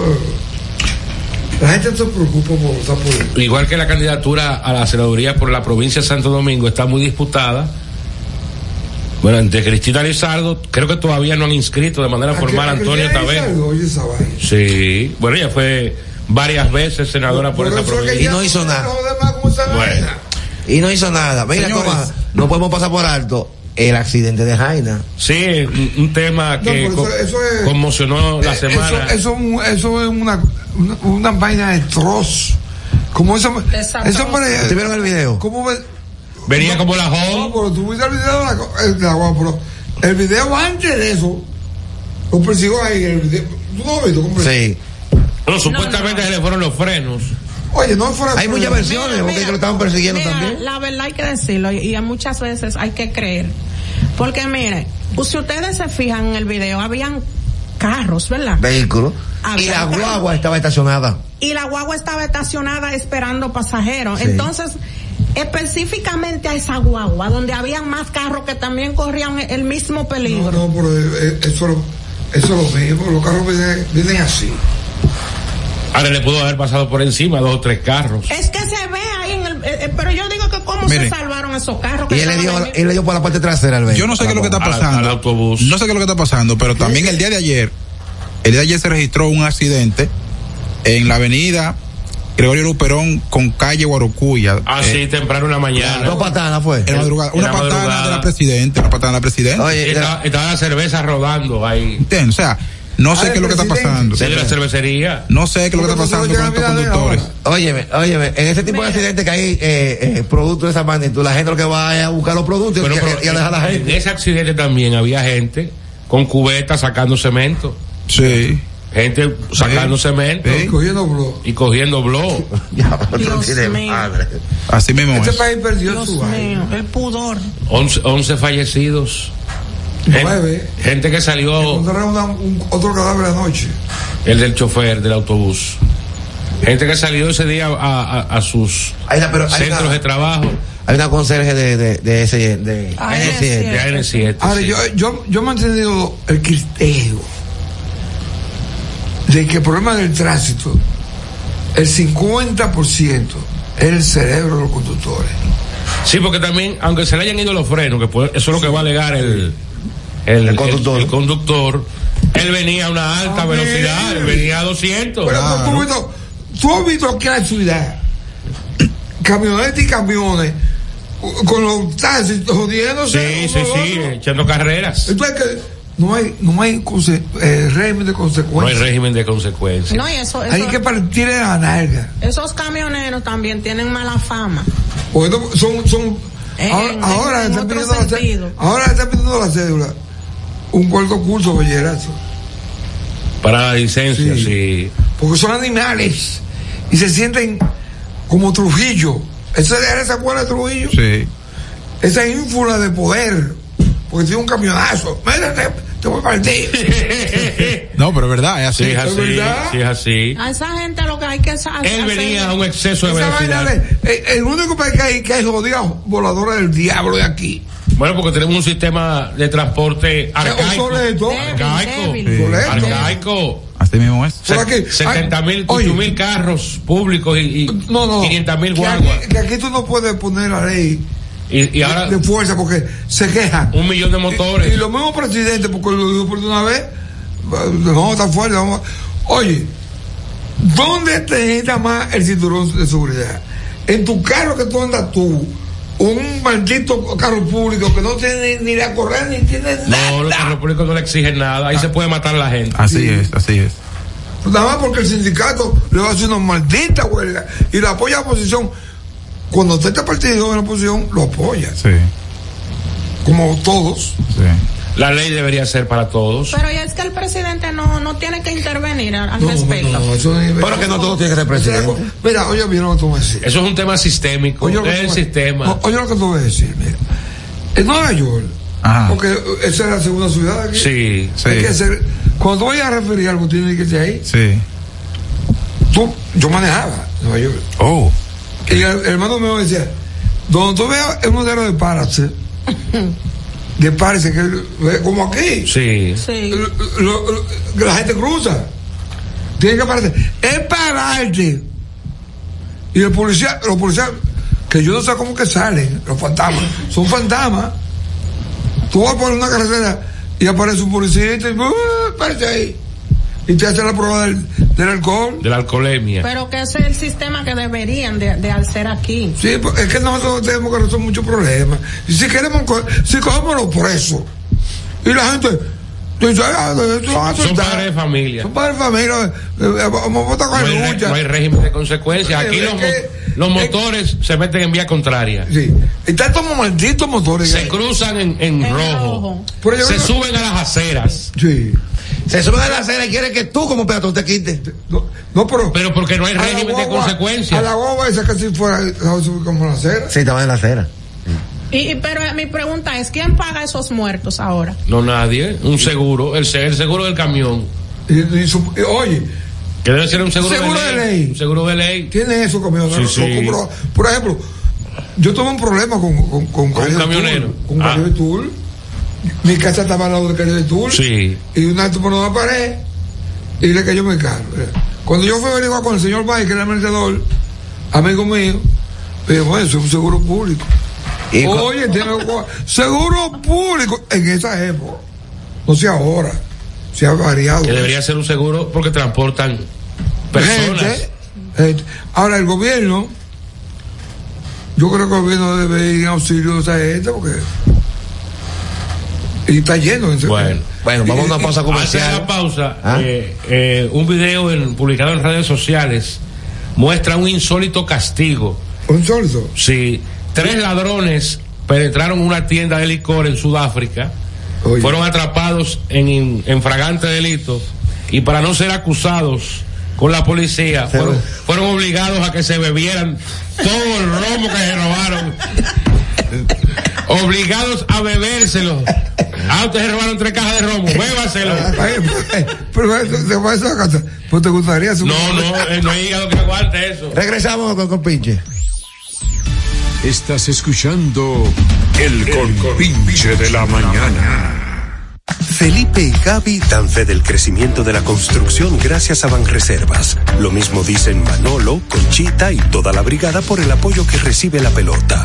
Speaker 3: La gente se preocupa por votar por él.
Speaker 2: igual que la candidatura a la senaduría por la provincia de Santo Domingo está muy disputada. Bueno, entre Cristina Lizardo, creo que todavía no han inscrito de manera formal a Antonio Tavera.
Speaker 3: Oye, esa vaina.
Speaker 2: Sí, bueno, ella fue varias veces senadora por, esa provincia.
Speaker 4: Y no hizo nada.
Speaker 2: Bueno.
Speaker 4: Y no hizo nada. Mira,
Speaker 2: Señores.
Speaker 4: Tomás, no podemos pasar por alto el accidente de Jaina.
Speaker 2: Sí, un, un tema que
Speaker 4: pero eso-
Speaker 2: co-
Speaker 4: eso es-
Speaker 2: conmocionó la semana.
Speaker 3: Eh, Eso, eso es un- eso es una, una, una vaina de trozo. Como esa.
Speaker 2: Desastroso.
Speaker 3: esa hombre-
Speaker 2: ¿Te vieron el video?
Speaker 3: ¿Cómo ve-
Speaker 2: Venía como la
Speaker 3: No, pero tú viste el video de la, co- el, de la guagua, pero el video antes de eso. Lo persiguió ahí. El video, ¿Tú no lo viste? ¿Cómo persiguió?
Speaker 4: Sí.
Speaker 2: Bueno, supuestamente se le fueron los frenos.
Speaker 3: Oye, no fuera.
Speaker 4: Hay muchas versiones, porque
Speaker 6: mira,
Speaker 4: lo estaban persiguiendo
Speaker 6: mira,
Speaker 4: también.
Speaker 6: La verdad hay que decirlo y, y muchas veces hay que creer. Porque mire, si ustedes se fijan en el video, habían carros, ¿verdad?
Speaker 4: Vehículo. Y
Speaker 6: Había
Speaker 4: la
Speaker 6: carros.
Speaker 4: guagua estaba estacionada.
Speaker 6: y la guagua estaba estacionada esperando pasajeros.
Speaker 4: Sí.
Speaker 6: Entonces, específicamente a esa guagua, donde había más carros que también corrían el mismo peligro.
Speaker 3: No, no, pero eh, eh, eso, lo- eso es lo mismo. Los carros vienen, vienen así.
Speaker 2: Ahora le pudo haber pasado por encima dos o tres carros.
Speaker 6: Es que se ve ahí en el... eh, eh, pero yo digo que cómo
Speaker 2: Miren.
Speaker 6: se salvaron esos carros.
Speaker 4: Y
Speaker 6: que
Speaker 4: él le dio,
Speaker 6: estaban ahí.
Speaker 4: él le dio por la parte trasera al
Speaker 1: Yo no sé qué es lo que está pasando. No sé qué es lo que está pasando, pero también el día de ayer, el día de ayer se registró un accidente en la avenida Gregorio Luperón con calle Guarocuya.
Speaker 2: Así temprano en la mañana.
Speaker 1: Dos
Speaker 4: patadas Eh, fue.
Speaker 1: En la madrugada.
Speaker 2: Ah, En
Speaker 1: Una
Speaker 2: la
Speaker 1: patada
Speaker 2: madrugada.
Speaker 1: de la presidenta, una patada de la presidenta.
Speaker 2: Y estaba, estaba la cerveza rodando ahí.
Speaker 1: Entiendo, O sea, no sé qué es lo que está pasando.
Speaker 2: De la cervecería.
Speaker 1: No sé qué es lo que está pasando con estos conductores.
Speaker 4: Óyeme, óyeme, en ese tipo de accidentes que hay eh, eh, productos de esa magnitud, la gente lo que va es a buscar los productos y-
Speaker 2: Pero,
Speaker 4: y,
Speaker 2: pero
Speaker 4: y a dejar a la gente.
Speaker 2: En ese accidente también había gente con cubetas sacando cemento.
Speaker 1: Sí.
Speaker 2: Gente sacando cemento.
Speaker 3: Y cogiendo blog.
Speaker 2: Y cogiendo blog.
Speaker 1: Así mismo
Speaker 3: Este
Speaker 2: es.
Speaker 3: país perdió su vaina.
Speaker 6: el pudor.
Speaker 2: 11, 11 fallecidos. Gen-
Speaker 3: Nueve.
Speaker 2: Gente que salió,
Speaker 3: Encontraron una- un- otro cadáver anoche.
Speaker 2: el del chofer del autobús. Gente que salió ese día a, a- a sus
Speaker 4: Hay una- Ah, pero hay
Speaker 2: centros
Speaker 4: una-
Speaker 2: de trabajo.
Speaker 4: Hay una conserje de, de, de ese. De,
Speaker 2: AN7. De AN7,
Speaker 3: Ahora,
Speaker 2: sí.
Speaker 3: yo, yo, yo he mantenido el criterio de que el problema del tránsito, el 50% es el cerebro de los conductores.
Speaker 2: Sí, porque también, aunque se le hayan ido los frenos, que puede- eso es lo que va a alegar el, el, conductor. El, conductor, él venía a una alta velocidad, él venía a 200.
Speaker 3: Pero tú, has visto- tú has visto que la ciudad, camionetas y camiones, con los taxis jodiéndose.
Speaker 2: sí, sí, sí, echando carreras.
Speaker 3: Entonces, que no hay, no hay conse- eh, régimen de
Speaker 2: No hay
Speaker 3: consecuencias.
Speaker 2: régimen de consecuencias.
Speaker 6: No, y eso, eso-
Speaker 3: hay que partir de la nalga.
Speaker 6: esos camioneros también tienen mala fama.
Speaker 3: Porque no- son, son,
Speaker 6: En-
Speaker 3: ahora,
Speaker 6: Eh, en-
Speaker 3: ahora
Speaker 6: en
Speaker 3: están
Speaker 6: otro
Speaker 3: pidiendo la,
Speaker 6: sentido.
Speaker 3: cé- ahora están pidiendo la cédula. Un cuarto curso, bellerazo.
Speaker 2: Para la licencia, sí.
Speaker 3: Porque son animales. Y se sienten como Trujillo. Esa era esa cuerda de Trujillo.
Speaker 1: Sí.
Speaker 3: Esa ínfula de poder. Porque tiene un camionazo. Mira, te, te voy a partir.
Speaker 1: No, pero es verdad, es así.
Speaker 2: Sí, es así, sí, es así.
Speaker 6: A esa gente lo que hay que sa- hacer.
Speaker 2: Él venía a un exceso de
Speaker 3: Esa vaina
Speaker 2: velocidad.
Speaker 3: de- el, el único país que hay que es jodido voladora del diablo de aquí.
Speaker 2: Bueno, porque tenemos un sistema de transporte arcaico.
Speaker 3: obsoleto.
Speaker 2: Arcaico.
Speaker 3: Débil, débil.
Speaker 2: Sí.
Speaker 3: Obsoleto.
Speaker 2: Arcaico.
Speaker 1: Así mismo es.
Speaker 3: Por aquí,
Speaker 2: 70 mil,
Speaker 3: Oye.
Speaker 2: mil carros públicos y, y
Speaker 3: No, no.
Speaker 2: 500 mil
Speaker 3: que
Speaker 2: guaguas.
Speaker 3: aquí, que aquí tú no puedes poner la ley
Speaker 2: Y, y ahora
Speaker 3: de fuerza porque se quejan.
Speaker 2: un millón de motores.
Speaker 3: Y, y los mismos presidentes, porque lo dijo por una vez, nos vamos tan fuerte. Vamos a- Oye, ¿dónde te necesita más el cinturón de seguridad? En tu carro que tú andas tú, un maldito carro público que no tiene ni la correa ni tiene
Speaker 2: no, los carros públicos no le exigen nada. Ahí se puede matar la gente.
Speaker 1: Así es, así es.
Speaker 3: Pues Nada más porque el sindicato le va a hacer una maldita huelga y lo apoya la oposición. Cuando usted está este partido en la oposición, lo apoya.
Speaker 1: Sí,
Speaker 3: Como todos.
Speaker 1: sí.
Speaker 2: La ley debería ser para todos.
Speaker 6: Pero ya es que el presidente no, no tiene que intervenir al, al respecto.
Speaker 3: Pero
Speaker 4: que no todos tienen que ser presidente.
Speaker 3: Mira, oye, mira lo que tú vas a decir.
Speaker 2: Eso es un tema sistémico.
Speaker 3: Oye, lo que
Speaker 2: es
Speaker 3: tú
Speaker 2: el
Speaker 3: vas-
Speaker 2: sistema.
Speaker 3: O- Oye, lo que tú vas a decir, mira. En Nueva York,
Speaker 1: Ajá.
Speaker 3: porque esa es la segunda ciudad aquí.
Speaker 2: Sí.
Speaker 1: Sí.
Speaker 3: Hay que hacer- cuando tú vayas a referir algo, tienes que irte ahí.
Speaker 1: Sí.
Speaker 3: Tú, yo manejaba en Nueva York.
Speaker 1: Oh.
Speaker 3: Y el hermano mío decía, donde tú veas el modelo de párate, de párate, que ve como aquí,
Speaker 2: Sí.
Speaker 6: Sí.
Speaker 3: lo- lo- lo- la gente cruza. Tiene que pararse. Es pararte. Y el policía, los policías, que yo no sé cómo que salen, los fantasmas, son fantasmas. Tú vas por una carretera y aparece un policía y te dice, "Uh, párate ahí. Y te hace la prueba del, del alcohol.
Speaker 2: De la alcoholemia.
Speaker 6: Pero que ese es el sistema que deberían de, de hacer aquí.
Speaker 3: Sí, pues, es que nosotros tenemos que resolver muchos problemas. Y si queremos, co- si cogemos los presos, y la gente dice, ah, esto lo van a
Speaker 2: Son
Speaker 3: soltar.
Speaker 2: padres de familia.
Speaker 3: Son padres de familia, eh, eh, vamos a votar
Speaker 2: No
Speaker 3: con
Speaker 2: hay,
Speaker 3: la
Speaker 2: re-
Speaker 3: lucha.
Speaker 2: no hay régimen de consecuencias. Aquí
Speaker 3: Es
Speaker 2: los, mo-
Speaker 3: que-
Speaker 2: los
Speaker 3: es-
Speaker 2: motores se meten en vía contraria.
Speaker 3: Sí. Y tantos malditos motores.
Speaker 2: Se
Speaker 3: que-
Speaker 2: cruzan en, en
Speaker 6: En
Speaker 2: rojo.
Speaker 6: rojo.
Speaker 3: Pero yo
Speaker 2: Se
Speaker 3: no-
Speaker 2: suben a las aceras.
Speaker 3: Sí.
Speaker 4: Se sube a la acera y quiere que tú, como peatón, te quites.
Speaker 3: No, no, pero.
Speaker 2: Pero porque no hay
Speaker 3: a la
Speaker 2: régimen de
Speaker 3: guagua-
Speaker 2: consecuencias.
Speaker 3: A la guagua esa que si fuera, la voy a subir como la acera.
Speaker 4: Sí, estaba en la acera.
Speaker 6: Y, y- pero mi pregunta es, ¿quién paga esos muertos ahora?
Speaker 2: No nadie. Un seguro. El, se- el seguro del camión.
Speaker 3: Y, y su- y, oye,
Speaker 2: Que debe ser un seguro,
Speaker 3: Seguro de ley.
Speaker 2: Un seguro de ley.
Speaker 3: tiene eso, camionero.
Speaker 2: Sí,
Speaker 3: Lo
Speaker 2: sí.
Speaker 3: compro- Por ejemplo, yo tuve un problema con, con, con,
Speaker 2: Con un
Speaker 3: Caribe Tour,
Speaker 2: camionero.
Speaker 3: Con
Speaker 2: Ah.
Speaker 3: Caribe Tour. Mi casa estaba al lado de Caribe Tour.
Speaker 2: Sí.
Speaker 3: Y una vez por una pared y le cayó mi carro. Cuando yo fui a averiguar con el señor Valle, que era el vendedor, amigo mío, me dijo, bueno, eso es un seguro público.
Speaker 4: Y cu-
Speaker 3: Oye, tiene que co- seguro público en esa época. No sé ahora. Se ha variado.
Speaker 2: Que debería ser un seguro porque transportan personas.
Speaker 3: Gente, gente. Ahora el gobierno, yo creo que el gobierno debe ir en auxilio de esa gente porque y está lleno. en-
Speaker 2: Bueno.
Speaker 4: Bueno, vamos a una pausa
Speaker 2: Antes de
Speaker 4: comercial.
Speaker 2: la pausa,
Speaker 4: Ah.
Speaker 2: eh, eh, un video en- publicado en redes sociales muestra un insólito castigo.
Speaker 3: Un soldo.
Speaker 2: Sí, tres ladrones penetraron una tienda de licor en Sudáfrica fueron atrapados en, en fragante delito y para no ser acusados con la policía fueron, fueron obligados a que se bebieran todo el romo que se robaron. Obligados a bebérselo. Ah, ustedes robaron tres cajas de romo, bébaselo.
Speaker 3: Pero eso, te vas a casa. Pues te gustaría su.
Speaker 2: No, no, eh, no hay hígado que aguante eso.
Speaker 4: Regresamos con, con pinche.
Speaker 9: Estás escuchando El Compinche de la Mañana.
Speaker 8: Felipe y Gaby dan fe del crecimiento de la construcción gracias a Banreservas. Lo mismo dicen Manolo, Conchita y toda la brigada por el apoyo que recibe la pelota.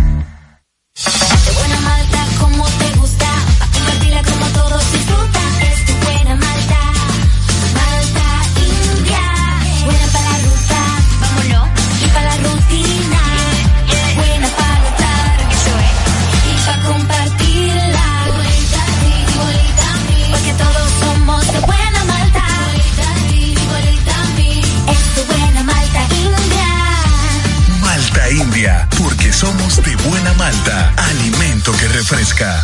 Speaker 7: Tu buena malta como te gusta, pa' compartirla como todos disfrutan. Es tu buena malta, malta india. Buena para la ruta, vámonos, y para la rutina. Buena para notar, eso es. Y para compartirla. Igualita a ti, igualita a mí. Porque todos somos tu buena malta. Igualita a ti, igualita a mí. Es tu buena malta india.
Speaker 10: Malta India, porque somos de buena malta, alimento que refresca.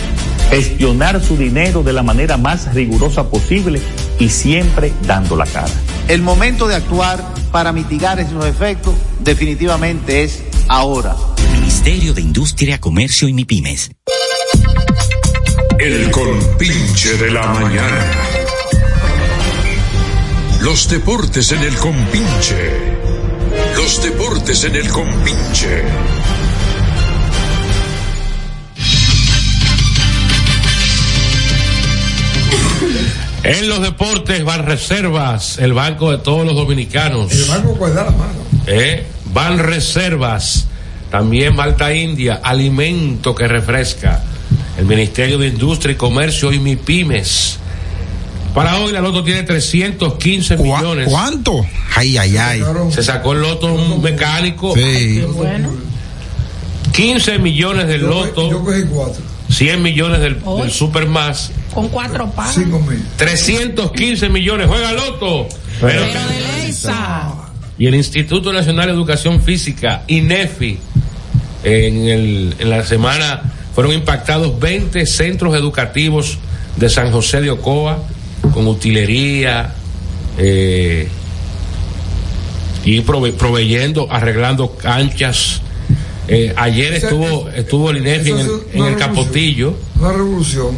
Speaker 11: Gestionar su dinero de la manera más rigurosa posible y siempre dando la cara.
Speaker 12: El momento de actuar para mitigar esos efectos definitivamente es ahora.
Speaker 13: Ministerio de Industria, Comercio y MIPIMES.
Speaker 9: El Compinche de la Mañana. Los deportes en el Compinche. Los deportes en el Compinche.
Speaker 2: En los deportes, Van Reservas, el banco de todos los dominicanos.
Speaker 3: El banco puede dar la mano.
Speaker 2: ¿eh? Van Reservas, también Malta India, alimento que refresca. El Ministerio de Industria y Comercio y MIPIMES. Para hoy la Loto tiene 315 millones.
Speaker 1: ¿Cuánto? Ay, ay, ay.
Speaker 2: Se sacó el Loto un mecánico.
Speaker 1: Sí.
Speaker 6: bueno.
Speaker 2: 15 millones del Loto,
Speaker 3: Yo cogí cuatro.
Speaker 2: 100 millones del,
Speaker 6: Hoy.
Speaker 2: del Super Más,
Speaker 6: Con cuatro palos.
Speaker 3: Cinco mil.
Speaker 2: 315 millones. Juega Loto.
Speaker 6: Pero
Speaker 2: Pero-
Speaker 6: de Leisa.
Speaker 2: y el Instituto Nacional de Educación Física, INEFI, en, el- en la semana fueron impactados 20 centros educativos de San José de Ocoa con utilería eh, y prove- proveyendo, arreglando canchas. Eh, ayer
Speaker 3: Eso-
Speaker 2: estuvo estuvo el INEFI en el,
Speaker 3: eso es
Speaker 2: en
Speaker 3: una
Speaker 2: el
Speaker 3: revolución.
Speaker 2: Capotillo,
Speaker 3: Una revolución.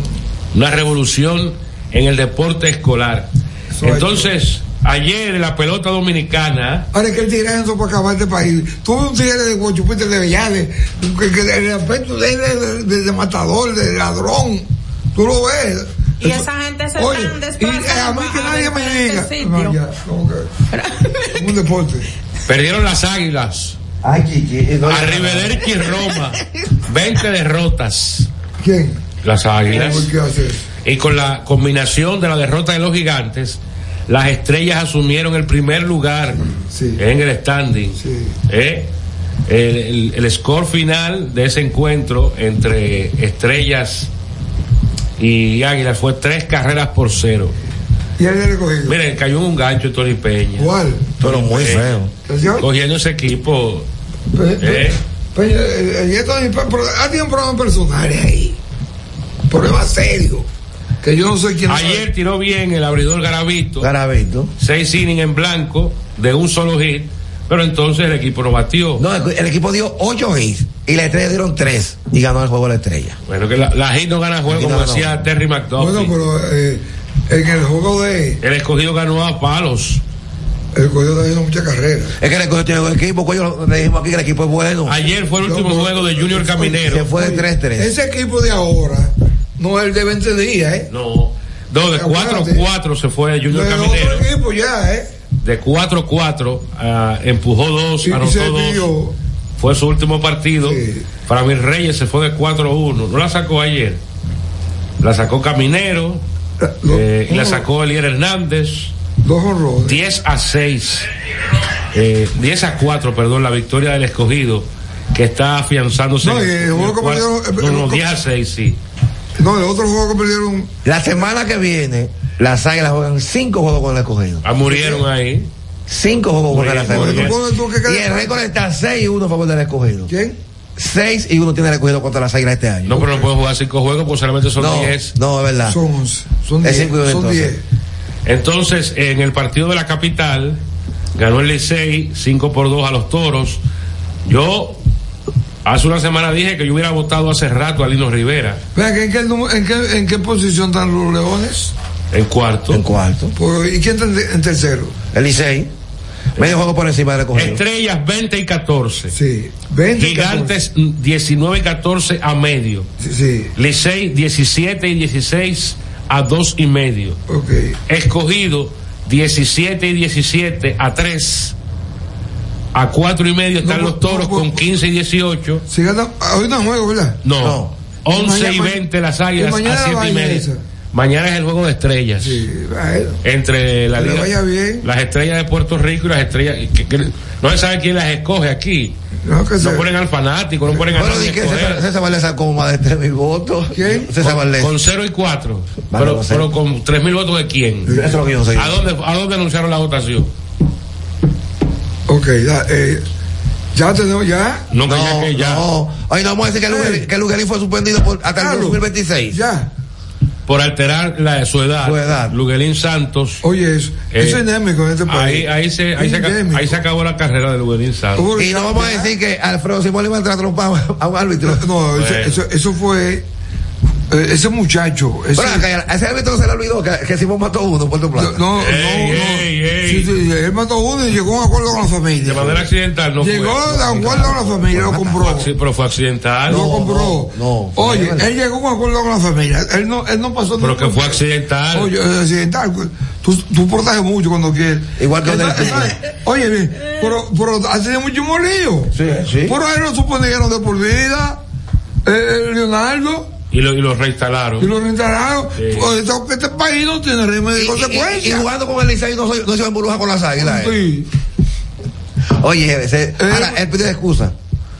Speaker 2: una revolución en el deporte escolar.
Speaker 3: Eso hay.
Speaker 2: Entonces, ayer en la pelota dominicana...
Speaker 3: Ahora es que el tigre es para acabar este país. Tuve un tigre de Guachupite de Bellade, que, que el aspecto de él es de, de- de matador, de ladrón. Tú lo ves.
Speaker 6: Y esa gente se
Speaker 3: Oye,
Speaker 6: están
Speaker 3: y eh, a
Speaker 6: desplazando.
Speaker 3: mí que nadie me diga.
Speaker 6: diferentes
Speaker 3: No,
Speaker 6: sitios.
Speaker 3: ya, como que- como un deporte.
Speaker 2: Perdieron las águilas.
Speaker 4: Ay, Kiki. no-
Speaker 2: Arrivederci y Roma. 20 derrotas.
Speaker 3: ¿Quién?
Speaker 2: Las
Speaker 3: ¿Por
Speaker 2: águilas.
Speaker 3: qué hace eso?
Speaker 2: Y con la combinación de la derrota de los gigantes, las estrellas asumieron el primer lugar
Speaker 3: Sí.
Speaker 2: en el standing.
Speaker 3: Sí.
Speaker 2: ¿Eh? El, el- el score final de ese encuentro entre estrellas y Águila fue tres carreras por cero.
Speaker 3: ¿Y alguien le cogió?
Speaker 2: Miren, cayó en un gancho de Tony Peña.
Speaker 3: ¿Cuál?
Speaker 2: Pero muy feo.
Speaker 3: ¿Cayó?
Speaker 2: Cogiendo ese equipo.
Speaker 3: Pe- pe-
Speaker 2: ¿eh?
Speaker 3: Peña, eh, eh, esto es- pero ha tenido problemas personales eh, ahí. Problemas serios. Que yo no sé quién
Speaker 2: Ayer tiró bien el abridor Garavito.
Speaker 4: Garavito.
Speaker 2: Seis innings en blanco de un solo hit, pero entonces el equipo no batió.
Speaker 4: No, el, el equipo dio 8 hits y la estrella dieron 3 y ganó el juego la estrella.
Speaker 2: Bueno, que la, la hit no gana juego,
Speaker 4: Hit no
Speaker 2: como
Speaker 4: gana
Speaker 2: decía Terry McDonald.
Speaker 3: Bueno, pero eh, en el juego de.
Speaker 2: El escogido ganó a palos.
Speaker 3: El escogido está haciendo muchas carreras.
Speaker 4: Es que el equipo tiene buen equipo, coño, le dijimos aquí que el equipo es bueno.
Speaker 2: Ayer fue el último juego de Junior Caminero.
Speaker 4: Se fue de 3-3.
Speaker 3: Ese equipo de ahora no es el de 20 días, ¿eh?
Speaker 2: No. No, de 4-4 se fue a Junior
Speaker 3: No es
Speaker 2: Caminero.
Speaker 3: otro equipo ya, ¿eh?
Speaker 2: De 4-4 ah, empujó dos,
Speaker 3: Y- y se
Speaker 2: anotó dos.
Speaker 3: dio.
Speaker 2: Fue su último partido. Para mis Reyes se fue de 4-1. No la sacó ayer. La sacó Caminero. eh, y la sacó Elier Hernández.
Speaker 3: Dos honrones.
Speaker 2: 10 a 6. eh, 10 a 4, perdón, la victoria del escogido. Que está afianzándose.
Speaker 3: No, y el
Speaker 2: en el
Speaker 3: juego que
Speaker 2: cuarto-
Speaker 3: perdieron, eh,
Speaker 2: no, no,
Speaker 3: eh,
Speaker 2: 10 a 6, sí.
Speaker 3: No, el otro juego que perdieron.
Speaker 4: La semana que viene, las águilas juegan 5 juegos con el escogido.
Speaker 2: Ah, murieron ahí.
Speaker 4: 5 juegos con el
Speaker 3: ¿Tú
Speaker 4: escogido.
Speaker 3: pones tú que
Speaker 4: Y el récord está 6 y 1 a favor del escogido.
Speaker 3: ¿Quién?
Speaker 4: 6 y 1 tiene el escogido contra las águilas este año.
Speaker 2: No, pero no pueden jugar cinco juegos, pues solamente son
Speaker 4: No,
Speaker 2: 10.
Speaker 4: no, es verdad.
Speaker 3: Son Son
Speaker 4: Es diez, cinco y uno son entonces. diez.
Speaker 2: Entonces, en el partido de la capital, ganó el Licey 5 por 2 a los toros. Yo, hace una semana dije que yo hubiera votado hace rato a Lino Rivera,
Speaker 3: Vea, que ¿en, qué, nu- en, qué, en qué posición están los leones?
Speaker 2: en cuarto.
Speaker 4: En cuarto.
Speaker 3: Por- ¿Y quién está en, te- en tercero?
Speaker 4: El Licey. Medio juego por encima del escogido.
Speaker 2: Estrellas 20 y 14.
Speaker 3: Sí, 20 y 14.
Speaker 2: Gigantes mm, 19 y 14 a medio.
Speaker 3: Sí.
Speaker 2: Licey 17 y 16 a 2 y medio.
Speaker 3: Ok.
Speaker 2: Escogido 17 y 17 a 3. A 4 y medio están los toros con 15 y 18.
Speaker 3: Si gana, Ah, hoy no juego, ¿verdad?
Speaker 2: No. 11 y
Speaker 3: Mañana-
Speaker 2: 20 las águilas
Speaker 3: y
Speaker 2: a
Speaker 3: mañana
Speaker 2: 7 y
Speaker 3: vaya
Speaker 2: media.
Speaker 3: esa. eh.
Speaker 2: Mañana es el juego de estrellas. Entre la
Speaker 3: Que le
Speaker 2: liga-
Speaker 3: vaya bien.
Speaker 2: las estrellas de Puerto Rico y las estrellas. que- que no se sabe quién las escoge aquí.
Speaker 3: No, que se-
Speaker 2: ponen al fanático, no ponen a
Speaker 4: Pero
Speaker 2: nadie
Speaker 4: di
Speaker 2: a
Speaker 4: que
Speaker 2: escoger.
Speaker 4: César César Valdés sacó más de 3 mil votos. ¿Quién? César Valdés.
Speaker 2: Con 0 y 4.
Speaker 4: Vale,
Speaker 2: pero,
Speaker 4: con cero.
Speaker 2: pero con 3 mil votos de quién.
Speaker 4: Eso es lo que yo no sé.
Speaker 2: ¿A dónde, ¿A dónde anunciaron la votación?
Speaker 3: Ok, ya, eh, ya tenemos, ya. Eh.
Speaker 2: No,
Speaker 4: No, no. Hoy no vamos a decir que Lugerín, que Lugerín fue suspendido por, hasta el 2026.
Speaker 3: Ya.
Speaker 2: Por alterar la de su edad.
Speaker 4: Su edad.
Speaker 2: Luguelín Santos. Eh,
Speaker 3: Oye, eso, eso es endémico en este
Speaker 2: Ahí,
Speaker 3: país.
Speaker 2: ahí, se, ahí, se, aca- ahí se acabó la carrera de Luguelín Santos.
Speaker 4: Y no vamos a decir que Alfredo Simón le iba a entrar a trompar a un árbitro.
Speaker 3: No, eso,
Speaker 2: Bueno.
Speaker 3: eso, eso fue. eh, ese muchacho. Ese,
Speaker 4: Pero acá, a ese árbitro se le olvidó que, que Simón mató uno en Puerto Plata.
Speaker 3: no, no,
Speaker 2: Ey,
Speaker 3: no.
Speaker 2: ey, ey.
Speaker 3: Sí, sí, él mató uno y llegó a un acuerdo con la familia.
Speaker 2: De manera accidental, no
Speaker 3: Llegó
Speaker 2: fue.
Speaker 3: a un acuerdo con la familia, lo compró.
Speaker 2: Sí, pero fue accidental.
Speaker 3: lo compró. Oye, él llegó a un acuerdo con la familia. Él no, él no pasó
Speaker 2: Pero
Speaker 3: ningún-
Speaker 2: que fue accidental.
Speaker 3: Oye, eh, accidental. Tú, tú portas mucho cuando quieres.
Speaker 4: Igual que
Speaker 3: Esa-
Speaker 4: del-
Speaker 3: esa- Oye, bien, pero, pero ha tenido mucho molillo.
Speaker 4: Sí, sí.
Speaker 3: Pero a él lo suspendieron de por vida. eh, Leonardo.
Speaker 2: Y lo, y lo reinstalaron.
Speaker 3: Y lo reinstalaron.
Speaker 2: Sí.
Speaker 3: Pues, esto- Este país no tiene régimen de
Speaker 4: Y-
Speaker 3: consecuencias.
Speaker 4: Y, y jugando con el Licey no, soy- no se va a embrujar con las águilas. eh.
Speaker 3: Sí.
Speaker 4: Oye, ese-
Speaker 3: Eh,
Speaker 4: ahora, él pidió excusa.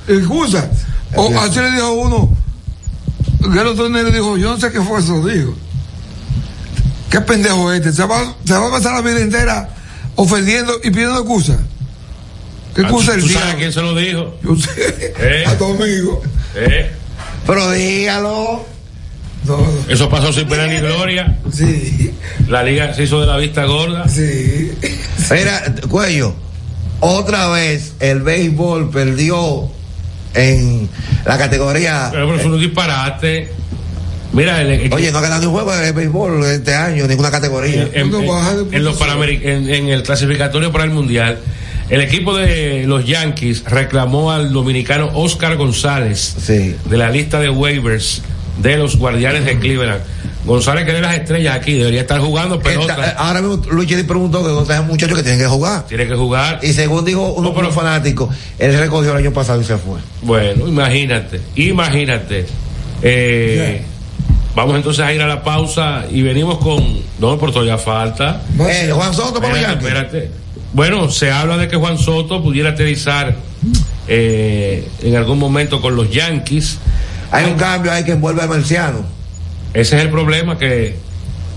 Speaker 3: excusa. O
Speaker 4: Empieza.
Speaker 3: así le dijo uno, Galo Tornel le dijo, yo no sé qué fue eso, dijo. Qué pendejo este, se va, se va a pasar la vida entera ofendiendo y pidiendo excusa. ¿Qué
Speaker 2: Ah, ¿tú-
Speaker 3: excusa el
Speaker 2: ¿Tú sabes
Speaker 3: día?
Speaker 2: quién se lo dijo?
Speaker 3: Yo sé,
Speaker 2: ¿Eh?
Speaker 3: a tu amigo.
Speaker 2: ¿Eh?
Speaker 4: Pero dígalo.
Speaker 3: No, no,
Speaker 2: Eso pasó sin pena ni gloria.
Speaker 3: sí,
Speaker 2: La liga se hizo de la vista gorda.
Speaker 3: sí.
Speaker 4: Mira, cuello, otra vez el béisbol perdió en la categoría. eh,
Speaker 2: Pero, pero es un disparate. Mira, el- el-
Speaker 4: Oye, no ha ganado ni un juego de béisbol este año, ninguna categoría.
Speaker 2: en,
Speaker 3: Uno
Speaker 2: en-
Speaker 3: baja de
Speaker 2: en
Speaker 3: posición.
Speaker 2: los Panameri- en- en el clasificatorio para el mundial el equipo de los Yankees reclamó al dominicano Oscar González
Speaker 4: Sí.
Speaker 2: de la lista de waivers de los Guardianes de Cleveland González que de las estrellas aquí debería estar jugando
Speaker 4: Esta- eh,
Speaker 2: pelota
Speaker 4: ahora mismo Luis Chedi preguntó que dónde están muchachos que tienen que jugar.
Speaker 2: tiene que jugar
Speaker 4: Y según dijo uno
Speaker 2: No,
Speaker 4: de
Speaker 2: pero-
Speaker 4: los fanáticos, él recogió el año pasado y se fue.
Speaker 2: Bueno, imagínate, imagínate. Eh, Vamos entonces a ir a la pausa y venimos con. No, por todavía falta.
Speaker 4: Eh, Juan Soto para los
Speaker 2: Espérate,
Speaker 4: Yankees.
Speaker 2: espérate. Bueno, se habla de que Juan Soto pudiera aterrizar eh, en algún momento con los Yankees.
Speaker 4: Hay un cambio ahí que envuelve a Marciano.
Speaker 2: Ese es el problema que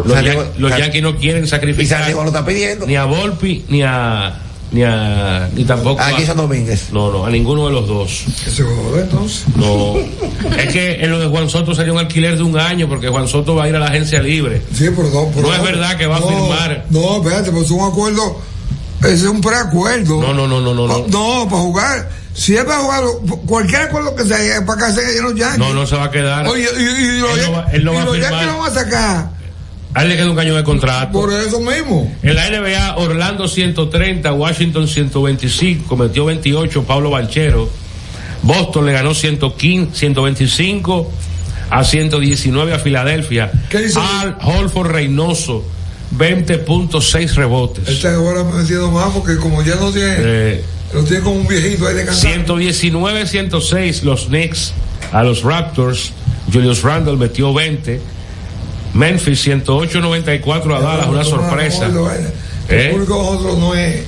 Speaker 2: los,
Speaker 4: Santiago-
Speaker 2: yan- los
Speaker 4: San-
Speaker 2: yanquis no quieren sacrificar.
Speaker 4: Santiago lo está pidiendo.
Speaker 2: Ni a Volpi, ni a. Ni, a, ni tampoco.
Speaker 4: Aquí
Speaker 2: a,
Speaker 4: son Domínguez.
Speaker 2: No, no, a ninguno de los dos.
Speaker 3: Que se jode entonces.
Speaker 2: No. es que en lo de Juan Soto sería un alquiler de un año porque Juan Soto va a ir a la agencia libre.
Speaker 3: Sí, pero no, pero
Speaker 2: No es verdad que va a firmar.
Speaker 3: No, espérate, pues es un acuerdo. Ese es un preacuerdo.
Speaker 2: No, no, no, no, no.
Speaker 3: Pa-
Speaker 2: No,
Speaker 3: No, para jugar. Si es para jugar, cualquier acuerdo que se haga es para que se hagan los Yankees.
Speaker 2: no, no se va a quedar.
Speaker 3: Oye, y, y- y los
Speaker 2: él no va, él no
Speaker 3: y
Speaker 2: va a
Speaker 3: los Yankees
Speaker 2: firmar.
Speaker 3: lo van a sacar.
Speaker 2: A él le queda un año de contrato.
Speaker 3: Por eso mismo.
Speaker 2: En la NBA, Orlando 130, Washington 125, metió 28, Pablo Banchero. Boston le ganó 115, 125 a 119 a Filadelfia. Al Holford Reynoso, 20.6 rebotes.
Speaker 3: Este ahora me ha metido más porque como ya no tiene,
Speaker 2: Eh,
Speaker 3: lo tiene como un viejito ahí de cansado.
Speaker 2: 119-106 los Knicks a los Raptors. Julius Randle metió 20. Memphis 108-94 a Dallas, una sorpresa.
Speaker 3: El
Speaker 2: ¿Eh?
Speaker 3: público de nosotros no es.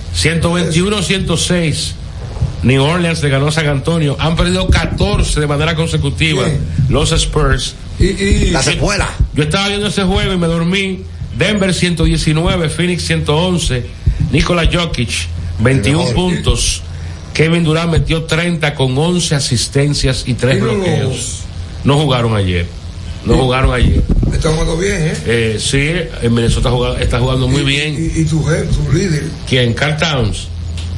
Speaker 2: 121-106. New Orleans le ganó a San Antonio. Han perdido 14 de manera consecutiva los Spurs.
Speaker 4: La
Speaker 2: Yo-
Speaker 4: secuela.
Speaker 2: Yo estaba viendo ese juego y me dormí. Denver 119, Phoenix 111. Nikola Jokic 21 puntos. Kevin Durant metió 30 con 11 asistencias y 3 bloqueos. No jugaron ayer. No jugaron ayer.
Speaker 3: Está jugando bien, ¿eh?
Speaker 2: Eh, sí, en Minnesota jugado- está jugando muy bien.
Speaker 3: Y, y tu jefe, tu líder.
Speaker 2: ¿Quién? Carl Towns.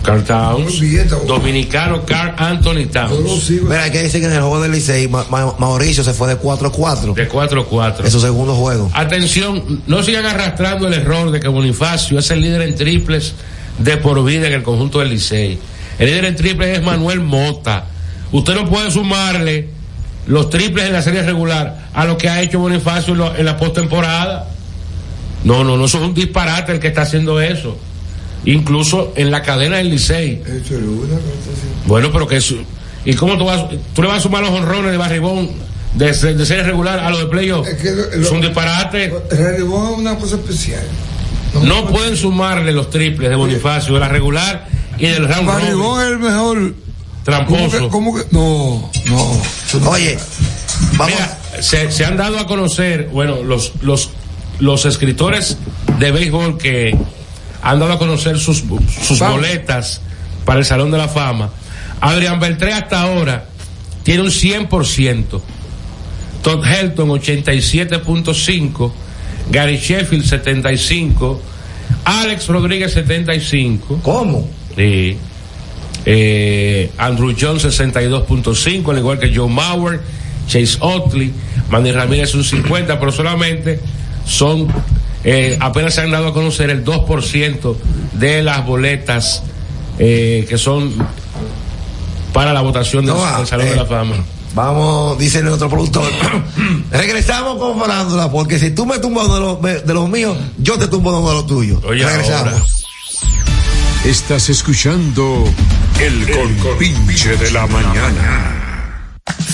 Speaker 2: Carl Towns. Dominicano Carl Anthony Towns.
Speaker 4: Mira, hay que decir que en el juego del Licey, Ma- Ma- Mauricio se fue de 4-4.
Speaker 2: De 4-4.
Speaker 4: En su segundo juego.
Speaker 2: Atención, no sigan arrastrando el error de que Bonifacio es el líder en triples de por vida en el conjunto del Licey. El líder en triples es Manuel Mota. Usted no puede sumarle los triples en la serie regular a lo que ha hecho Bonifacio en lo- en la postemporada. No, no, no, eso es un disparate el que está haciendo eso. Incluso en la cadena del Licey.
Speaker 3: Esto es una
Speaker 2: Bueno, pero que es- ¿Y cómo tú, vas, tú le vas a sumar los honrones de barribón de, se- de serie regular a los de playoff? Es, un disparate.
Speaker 3: Relevó una cosa especial.
Speaker 2: No, pueden sumarle los triples de Bonifacio, de la regular y del round robin.
Speaker 3: Barrigón es el mejor.
Speaker 2: Tramposo.
Speaker 3: ¿Cómo que, cómo que- No, no.
Speaker 4: Oye,
Speaker 2: Mira, se, se han dado a conocer, bueno, los, los, los escritores de béisbol que han dado a conocer sus, sus boletas para el Salón de la Fama. Adrián Beltré hasta ahora tiene un 100%. Todd Helton 87.5. Gary Sheffield 75. Alex Rodríguez 75.
Speaker 4: ¿Cómo?
Speaker 2: Sí. Eh, Andrew Jones 62.5, al igual que Joe Mauer, Chase Otley, Manny Ramírez un 50, pero solamente son, eh, apenas se han dado a conocer el 2% de las boletas eh, que son para la votación del,
Speaker 4: No va,
Speaker 2: del Salón
Speaker 4: eh.
Speaker 2: de la Fama.
Speaker 4: Vamos, dice nuestro productor. Regresamos con farándula, porque si tú me tumbas uno de los, me- de los míos, yo te tumbo uno de los tuyos.
Speaker 10: Oye,
Speaker 4: Regresamos.
Speaker 10: ahora. Estás escuchando el, compinche de la mañana.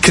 Speaker 8: Que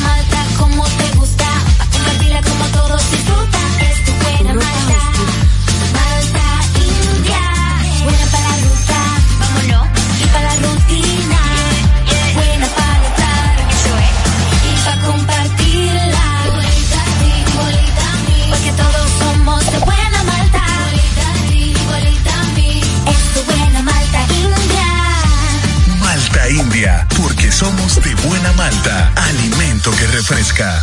Speaker 7: malta como te gusta, pa' compartirla como todos disfrutan. Es tu buena malta, malta india, buena para la ruta, vámonos, y para la rutina, buena para notar, eso es, y para compartirla. Igualita a ti, igualita a mí, porque todos somos de buena malta. Igualita a ti, igualita a mí, es tu buena malta india.
Speaker 10: Malta India, porque somos de buena malta, alimento que refresca.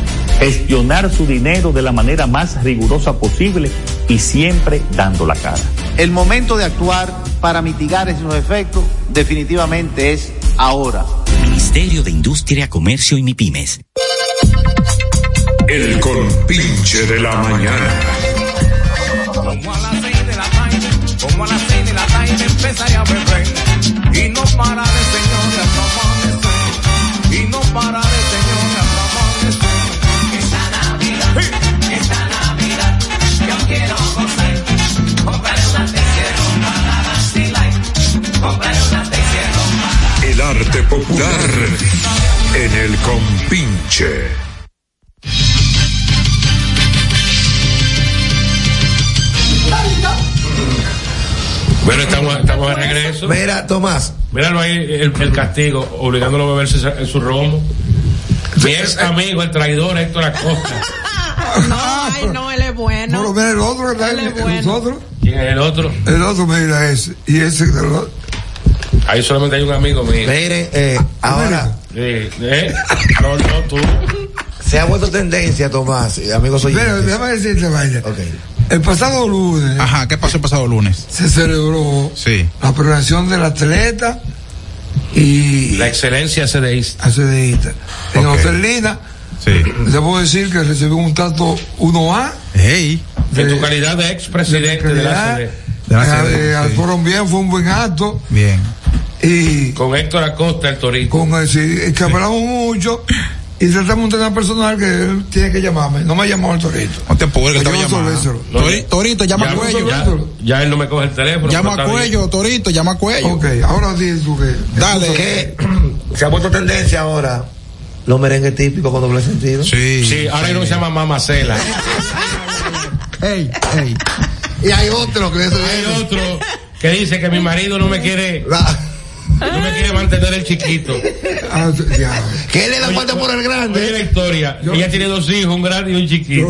Speaker 11: Gestionar su dinero de la manera más rigurosa posible y siempre dando la cara.
Speaker 12: El momento de actuar para mitigar esos efectos definitivamente es ahora.
Speaker 13: Ministerio de Industria, Comercio y MIPIMES.
Speaker 9: El compinche de la mañana.
Speaker 14: Como a las seis de la tarde, como a las seis de la tarde empezaré a beber. Y no pararé, señor, hasta amanecer. Y no pararé, señor, hasta amanecer. Esta Navidad, esta Navidad, yo quiero gozar. Compraré una tecieron para vacilar. Compraré una tecieron
Speaker 9: El arte popular en el compinche.
Speaker 2: Bueno, estamos, estamos de regreso.
Speaker 4: Mira, Tomás.
Speaker 2: Míralo ahí, el, el castigo, obligándolo a beberse esa- su romo. Mi ex amigo, el traidor Héctor Acosta.
Speaker 6: No, ay, no, él es bueno.
Speaker 3: Pero mira el otro que está
Speaker 6: Él
Speaker 3: ahí,
Speaker 6: es bueno.
Speaker 3: el otro.
Speaker 2: ¿Quién es el otro?
Speaker 3: El otro mira ese. Y ese que lo-
Speaker 2: Ahí solamente hay un amigo mío.
Speaker 4: Miren, eh, ahora.
Speaker 2: Eh, eh, no, no, tú.
Speaker 4: Se ha vuelto tendencia, Tomás, eh, amigos oyentes.
Speaker 3: Pero déjame decirte, vaya. El pasado lunes.
Speaker 1: Ajá, ¿qué pasó el pasado lunes?
Speaker 3: Se celebró
Speaker 1: Sí.
Speaker 3: la premiación del atleta y
Speaker 2: La excelencia CDIsta.
Speaker 3: ACDista. En
Speaker 2: Ok.
Speaker 3: Oferlina.
Speaker 1: Sí.
Speaker 3: Debo decir que recibió un trato 1A.
Speaker 1: Hey.
Speaker 2: En tu calidad de ex presidente de la CD.
Speaker 3: Fueron bien, fue un buen acto.
Speaker 1: Bien.
Speaker 3: Y
Speaker 2: con Héctor Acosta, el Torito.
Speaker 3: Con el, sí, que hablamos mucho y tratamos un tema personal que él tiene que llamarme. No me ha llamado el torito.
Speaker 1: No te puedo,
Speaker 3: que te
Speaker 1: va a llamar. Tori- Torito, llama a Cuello.
Speaker 2: Ya, ya él no me coge el teléfono.
Speaker 1: Llama
Speaker 2: pero
Speaker 1: a
Speaker 2: está bien.
Speaker 1: cuello, Torito, llama a cuello.
Speaker 3: Ok, ahora di tú que.
Speaker 1: Dale.
Speaker 4: Que se ha vuelto tendencia ahora los merengues típicos con doble sentido.
Speaker 1: Sí.
Speaker 2: Sí, ahora él no se llama Mamacela.
Speaker 1: Ey, ey.
Speaker 4: Y hay otro que
Speaker 2: Hay otro que dice que mi marido no me quiere.
Speaker 3: Ah.
Speaker 2: No me quiere mantener el chiquito.
Speaker 4: ¿Qué le da falta por el grande?
Speaker 2: Oye la historia. Ella tiene dos hijos, un grande y un chiquito.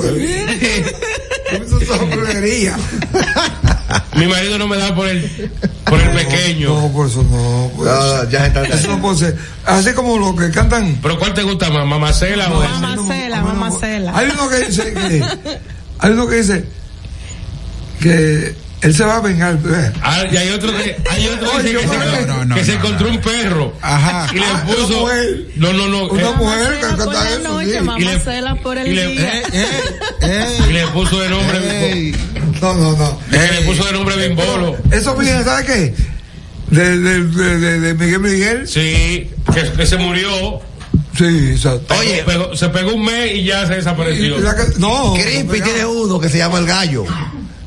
Speaker 2: Mi marido no me da por el, por el pequeño.
Speaker 3: No, por eso no. por eso.
Speaker 4: ya está.
Speaker 3: Eso no puede ser. Así como los que cantan.
Speaker 2: ¿Pero cuál te gusta más, mamacela o esa?
Speaker 6: Mamacela, mamacela.
Speaker 3: Hay uno que dice que. Hay uno que dice que él se va a vengar. ¿eh?
Speaker 2: Ah, y hay otro que, hay otro que
Speaker 3: Oye,
Speaker 2: dice que, se,
Speaker 3: no, no,
Speaker 2: que se encontró un perro.
Speaker 1: Ajá.
Speaker 2: Y le
Speaker 3: Ah,
Speaker 2: puso.
Speaker 3: una mujer.
Speaker 2: no, no, no.
Speaker 3: Una
Speaker 2: eh,
Speaker 3: mujer que
Speaker 6: Por
Speaker 3: canta
Speaker 6: la
Speaker 3: eso.
Speaker 6: noche,
Speaker 3: sí.
Speaker 6: mamacela por el
Speaker 2: y le-
Speaker 6: día.
Speaker 2: y le puso de nombre.
Speaker 1: Ey.
Speaker 3: No, no, no.
Speaker 2: y que le puso de nombre Bimbolo.
Speaker 3: Eso viene, ¿sabes qué? De, de, de, de- de Miguel Miguel.
Speaker 2: Sí, que, que se murió.
Speaker 3: Sí, exacto.
Speaker 2: Oye, se pegó un mes y ya se desapareció.
Speaker 3: La que- no.
Speaker 4: Crispy tiene uno que se llama el gallo.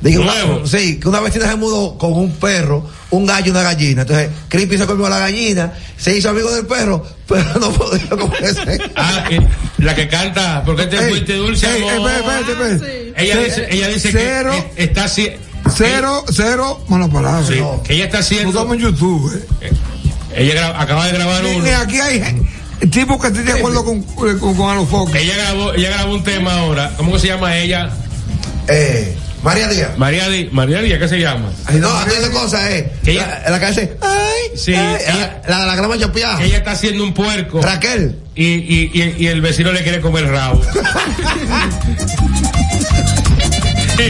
Speaker 2: Nuevo.
Speaker 4: una, sí, que una vecina se mudó con un perro, un gallo y una gallina. Entonces, Crispy se comió a la gallina, se hizo amigo del perro, pero no podía comerse.
Speaker 2: Ah, que- la que canta, ¿por qué te
Speaker 3: Ey,
Speaker 2: Este fuiste dulce
Speaker 3: ey,
Speaker 2: amor?
Speaker 3: espérate, espérate, espérate.
Speaker 2: Ella
Speaker 3: Ce-
Speaker 2: dice, ella dice
Speaker 3: cero,
Speaker 2: que eh, está así.
Speaker 3: Cero, cero, mala palabra.
Speaker 2: Sí,
Speaker 3: No.
Speaker 2: que ella está
Speaker 3: No
Speaker 2: haciendo.
Speaker 3: estamos en YouTube. eh.
Speaker 2: Ella gra- acaba de grabar
Speaker 3: Ni-
Speaker 2: uno.
Speaker 3: ni aquí hay gen- tipos que estén de acuerdo con, eh, con, con a los focos.
Speaker 2: Ella grabó, ella grabó un tema ahora. ¿Cómo que se llama ella?
Speaker 4: Eh, María Díaz.
Speaker 2: María Díaz, María Díaz, ¿qué se llama?
Speaker 4: Ay, no, tú dices cosas, eh.
Speaker 2: ¿Qué?
Speaker 4: La, la que dice, ay,
Speaker 2: Sí,
Speaker 4: ay,
Speaker 2: ella-
Speaker 4: la, la de la grama chopeada.
Speaker 2: Ella está haciendo un puerco
Speaker 4: Raquel.
Speaker 2: y, y, y, y el vecino le quiere comer el rabo.